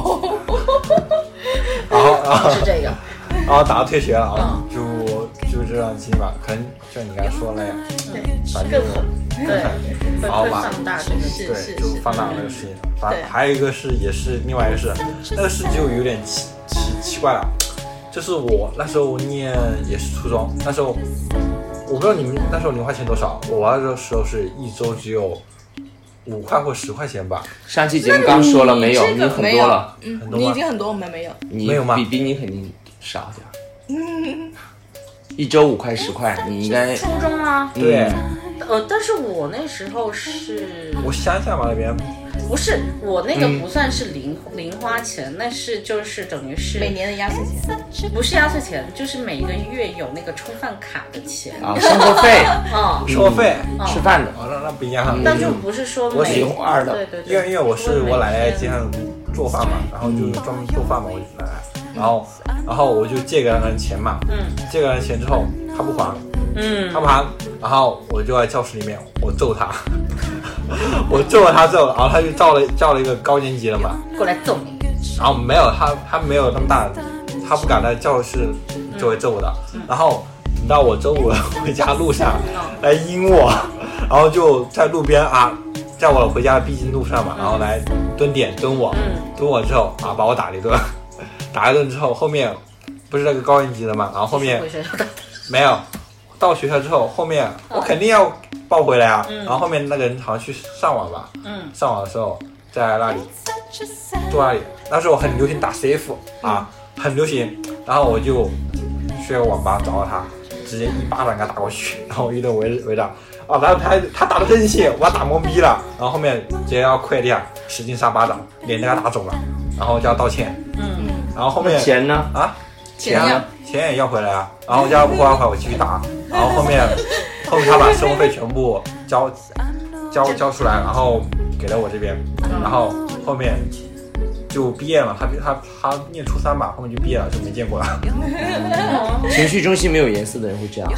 S3: 然后然 后
S2: 是这个。
S3: 然啊后打到退学了，然
S2: 嗯
S3: 后就就这样经历吧，可能就你刚才说的那样，反正就
S2: 对，会
S3: 然后
S2: 会
S3: 吧
S2: 放大这个事
S3: 对
S2: 是
S3: 就是放大了那个事情，反
S2: 对
S3: 还有一个是也是另外一个事，那个事就有点奇奇奇怪了，就是我那时候念也是初中，那时候我不知道你们那时候零花钱多少，我那时候是一周只有五块或十块钱吧，
S1: 上期节目刚说了没有，
S4: 这
S1: 你
S4: 个
S1: 很
S4: 没
S1: 多
S4: 有
S1: 了，
S4: 嗯
S3: 很，多啊
S4: 你
S3: 吗
S4: 已经很多，我们没有。
S1: 你
S3: 没有吗
S1: 比比你肯定少点儿，一周五块十块，你应该嗯
S2: 初中啊，
S3: 对。
S2: 呃，但是我那时候是，
S3: 我乡下嘛那边，
S2: 不是我那个
S3: 嗯
S2: 不算是零零花钱，那是就是等于是
S4: 每年的压岁钱，
S2: 不是压岁钱，就是每个月有那个充饭卡的钱
S1: 啊生活费、
S2: 啊，
S3: 生活费，
S1: 吃饭的，
S3: 哦那那不一样啊。
S2: 但就不是说
S3: 我
S2: 每
S3: 喜
S1: 欢二的
S2: 对对对，
S3: 因为因为我是我奶奶
S2: 不会每
S3: 经
S2: 天
S3: 常做饭嘛，然后就是专门做饭嘛，我奶奶，然后然后我就借给那个人钱嘛，
S2: 嗯
S3: 借给那个人钱之后他不还，
S2: 嗯
S3: 他不还，然后我就在教室里面我揍他， 我揍了他之后，然后他就叫了叫了一个高年级的嘛，
S2: 过来揍你，
S3: 然后没有他，他没有那么大，他不敢在教室周围揍我的。然后等到我周五回家路上来阴我，然后就在路边啊，在我回家的必经路上嘛，然后来蹲点蹲我，蹲我之后啊把我打了一顿， 打了一顿之后后面不是那个高年级的嘛，然后后面
S2: 回学校打
S3: 没有到学校之后后面我肯定要抱回来啊。然后后面那个人好像去上网吧，
S2: 嗯
S3: 上网的时候在那里坐那里，那时候很流行打 CF 啊，很流行。然后我就去网吧找到他，直接一巴掌给他打过去，然后一顿围围打。啊，然后他他打的任性，我打懵逼了。然后后面直接要跪地啊，使劲扇巴掌，脸都给他打肿了，然后就要道歉。
S2: 嗯，
S3: 然后后面
S1: 钱呢？
S3: 啊，
S2: 钱
S3: 钱啊钱也要回来啊，然后要不回来的话我继续打，然后后 面后面他把生活费全部交交交出来，然后给了我这边，然后后面就毕业了，他他他念初三吧，后面就毕业了就没见过了，
S1: 情绪中心没有颜色的人会这样。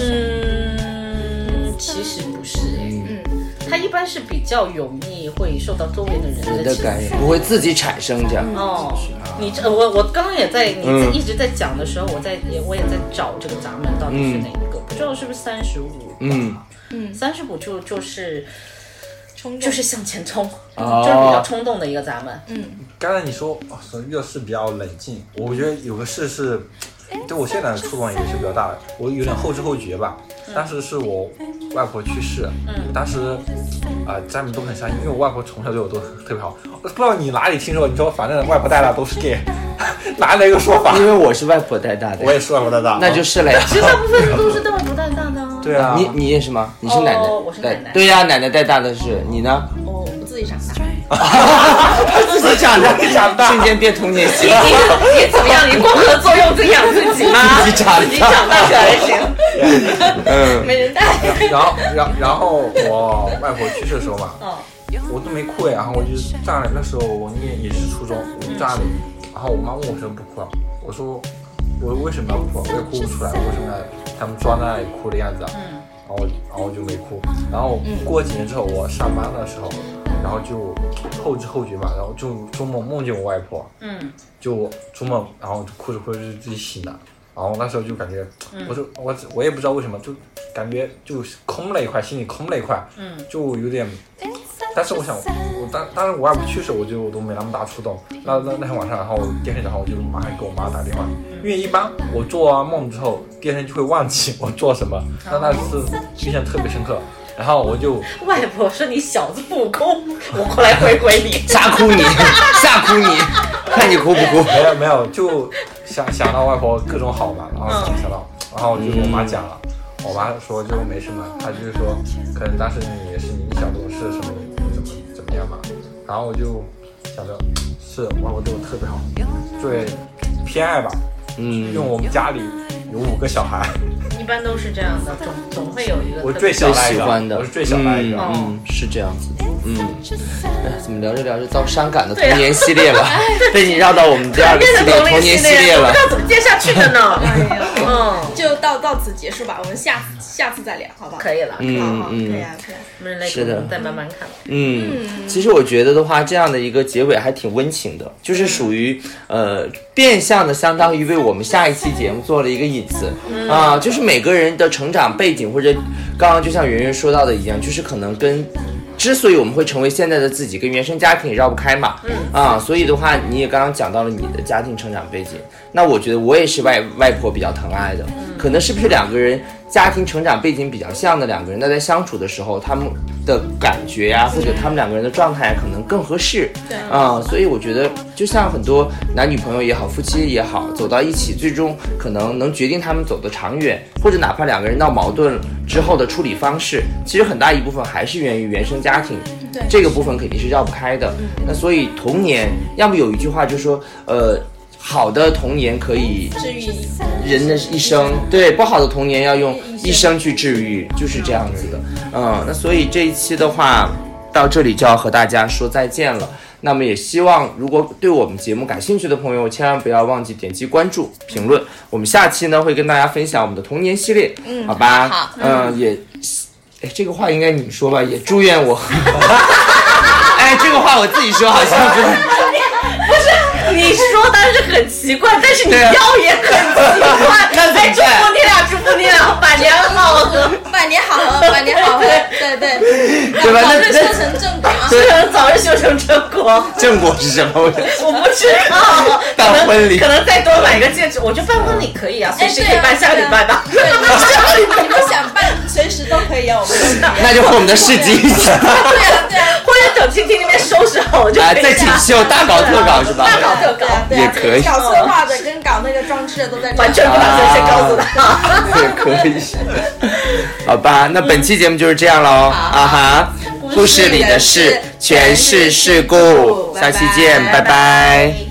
S2: 嗯，其实不是哎，他一般是比较容易会受到周围的人
S1: 的
S2: 的
S1: 感
S2: 情绪
S1: 染。不会自己产生这样，
S2: 哦，你这我我刚刚也在你
S1: 嗯
S2: 一直在讲的时候，我在也我也在找这个闸门到底是哪一个，不知道是不是三十五？
S1: 嗯，
S2: 三十五就就是
S4: 冲
S2: 就
S4: 动
S2: 是向前冲，
S1: 哦
S2: 就是比较冲动的一个闸门。
S3: 刚才你说哦，遇到事比较冷静，我觉得有个事是，对我现在的触动也是比较大的，我有点后知后觉吧。当时是我外婆去世，我当时啊、家里面都很伤心，因为我外婆从小对我都特别好。我不知道你哪里听说，你说反正外婆带大都是 gay，哪来一个说法？
S1: 因为我是外婆带大的，
S3: 我也是外婆带大，
S1: 那就是嘞。
S2: 其实大部分都是大不大大的啊。
S3: 对啊，
S1: 你你也是吗？你是奶奶
S2: 哦我是奶奶
S1: 带对呀，奶奶带大的是你呢？
S4: 哦，我自己长大，
S1: 自己长大，
S3: 长大
S1: 瞬间变童年期
S2: 你。你你怎么样？你光合作用自己养自己吗？
S1: 自己长大
S2: 自己长大可还行。
S1: 嗯，
S4: 没人带。
S3: 然后然后然后我外婆去世的时候嘛，
S2: 嗯
S3: 我都没哭哎，然后我就站了。那时候我念也是初中，我就站了。然后我妈问我为什么不哭啊，我说我为什么要哭啊？我也哭不出来，为什么他们装在那里哭的样子啊？然后我然后我就没哭。然后过几年之后，我上班的时候，然后就后知后觉嘛，然后就做梦梦见我外婆，
S2: 嗯
S3: 就做梦，然后就哭着哭着就自己醒了。然后那时候就感觉，我就我我也不知道为什么，就感觉就是空了一块，心里空了一块，
S2: 嗯
S3: 就有点但是我想，我当当时我外婆去世，我就都没那么大触动。那那那天晚上，然后第二天早上我就马上给我妈打电话，因为一般我做完梦之后，第二天就会忘记我做什么。那那次印象特别深刻，然后我就
S2: 外婆说你小子不哭，我过来回回你。
S1: 吓哭 你，吓哭你，看你哭不哭？
S3: 没有没有就想想到外婆各种好嘛，然后想想到，然后我就跟我妈讲了，我妈说就没什么，她就是说可能当时你也是你小懂事什么怎么怎么样嘛，然后我就想着是外婆对我特别好，对偏爱吧，因为
S1: 嗯，
S3: 我们家里有五个小孩，
S2: 一般都是这样的，总总会有一个
S3: 我
S2: 特别哦
S3: 最小
S1: 最
S3: 那一
S1: 喜
S3: 个
S1: 欢的，
S3: 我是最小那一个
S1: 嗯嗯，是这样子的，嗯。哎，怎么聊着聊着到伤感的童
S2: 对啊
S1: 年系列了？被你绕到我们第二个
S2: 变
S1: 系
S2: 成
S1: 列
S2: 同
S1: 童
S2: 类
S1: 年
S2: 系
S1: 系列
S2: 列了，
S1: 了
S2: 不知。道怎么接下去 的呢。嗯，
S4: 就到到此结束吧，我们下次下次再聊，好不好？
S2: 可以了，
S1: 嗯
S4: 好好，可
S1: 嗯
S4: 以啊，可以啊。
S2: 我们人类
S1: 是的
S2: 可能再慢慢看。
S1: 嗯，其实我觉得的话，这样的一个结尾还挺温情的，就是属于呃变相的，相当于为我们下一期节目做了一个引子、啊，就是每个人的成长背景或者刚刚就像圆圆说到的一样，就是可能跟。之所以我们会成为现在的自己，跟原生家庭也绕不开嘛，啊，所以的话，你也刚刚讲到了你的家庭成长背景，那我觉得我也是外外婆比较疼爱的，可能是不是两个人家庭成长背景比较像的两个人，那在相处的时候，他们的感觉呀、或者他们两个人的状态可能更合适。对啊、所以我觉得，就像很多男女朋友也好，夫妻也好，走到一起，最终可能能决定他们走得长远，或者哪怕两个人闹矛盾之后的处理方式，其实很大一部分还是源于原生家庭。
S4: 对
S1: 这个部分肯定是绕不开的。那所以童年，要么有一句话就说，呃，好的童年可以
S4: 治愈一
S1: 人的一生，对不好的童年要用一生去治愈，就是这样子的。嗯，那所以这一期的话，到这里就要和大家说再见了。那么也希望，如果对我们节目感兴趣的朋友，千万不要忘记点击关注、评论。我们下期呢会跟大家分享我们的童年系列，嗯，好吧？
S4: 好
S1: 嗯，也，哎，这个话应该你说吧，也祝愿我。 哎，这个话我自己说好像不太。
S2: 你说当时很奇怪，但是你
S1: 对啊
S2: 要也很奇怪。
S1: 那怎么
S2: 哎，祝
S1: 办
S2: 福你俩，祝福你俩百年好合，
S4: 百年好合，百年好合，对 对，
S1: 对吧？
S4: 早
S1: 那
S4: 日修
S1: 那
S4: 成正 果啊！
S2: 希望早日修成正果。
S1: 正果是什么？
S2: 我不知道，
S1: 办
S2: 可能
S1: 婚礼
S2: 可能再多买一个戒指，我觉得办婚礼可以啊，随时可以办，
S4: 对啊
S2: 下礼拜 吧。
S4: 对，你们你们想办，随时都可以啊，我们都
S1: 那就和我们的市集一起
S4: 对啊对啊，
S2: 或者等今天那边收拾 好就
S1: 啊，
S2: 可以
S1: 再请秀大搞特搞是吧？
S2: 大搞特搞
S4: 对啊对 啊
S1: 也可以
S4: 搞策划的跟搞那个装置的都在这儿
S2: 完全不
S1: 啊
S2: 打算先告诉他。
S1: 也可以， 好吧，那本期节目就是这样喽，啊哈，故事里的事全是事故，下期见，拜拜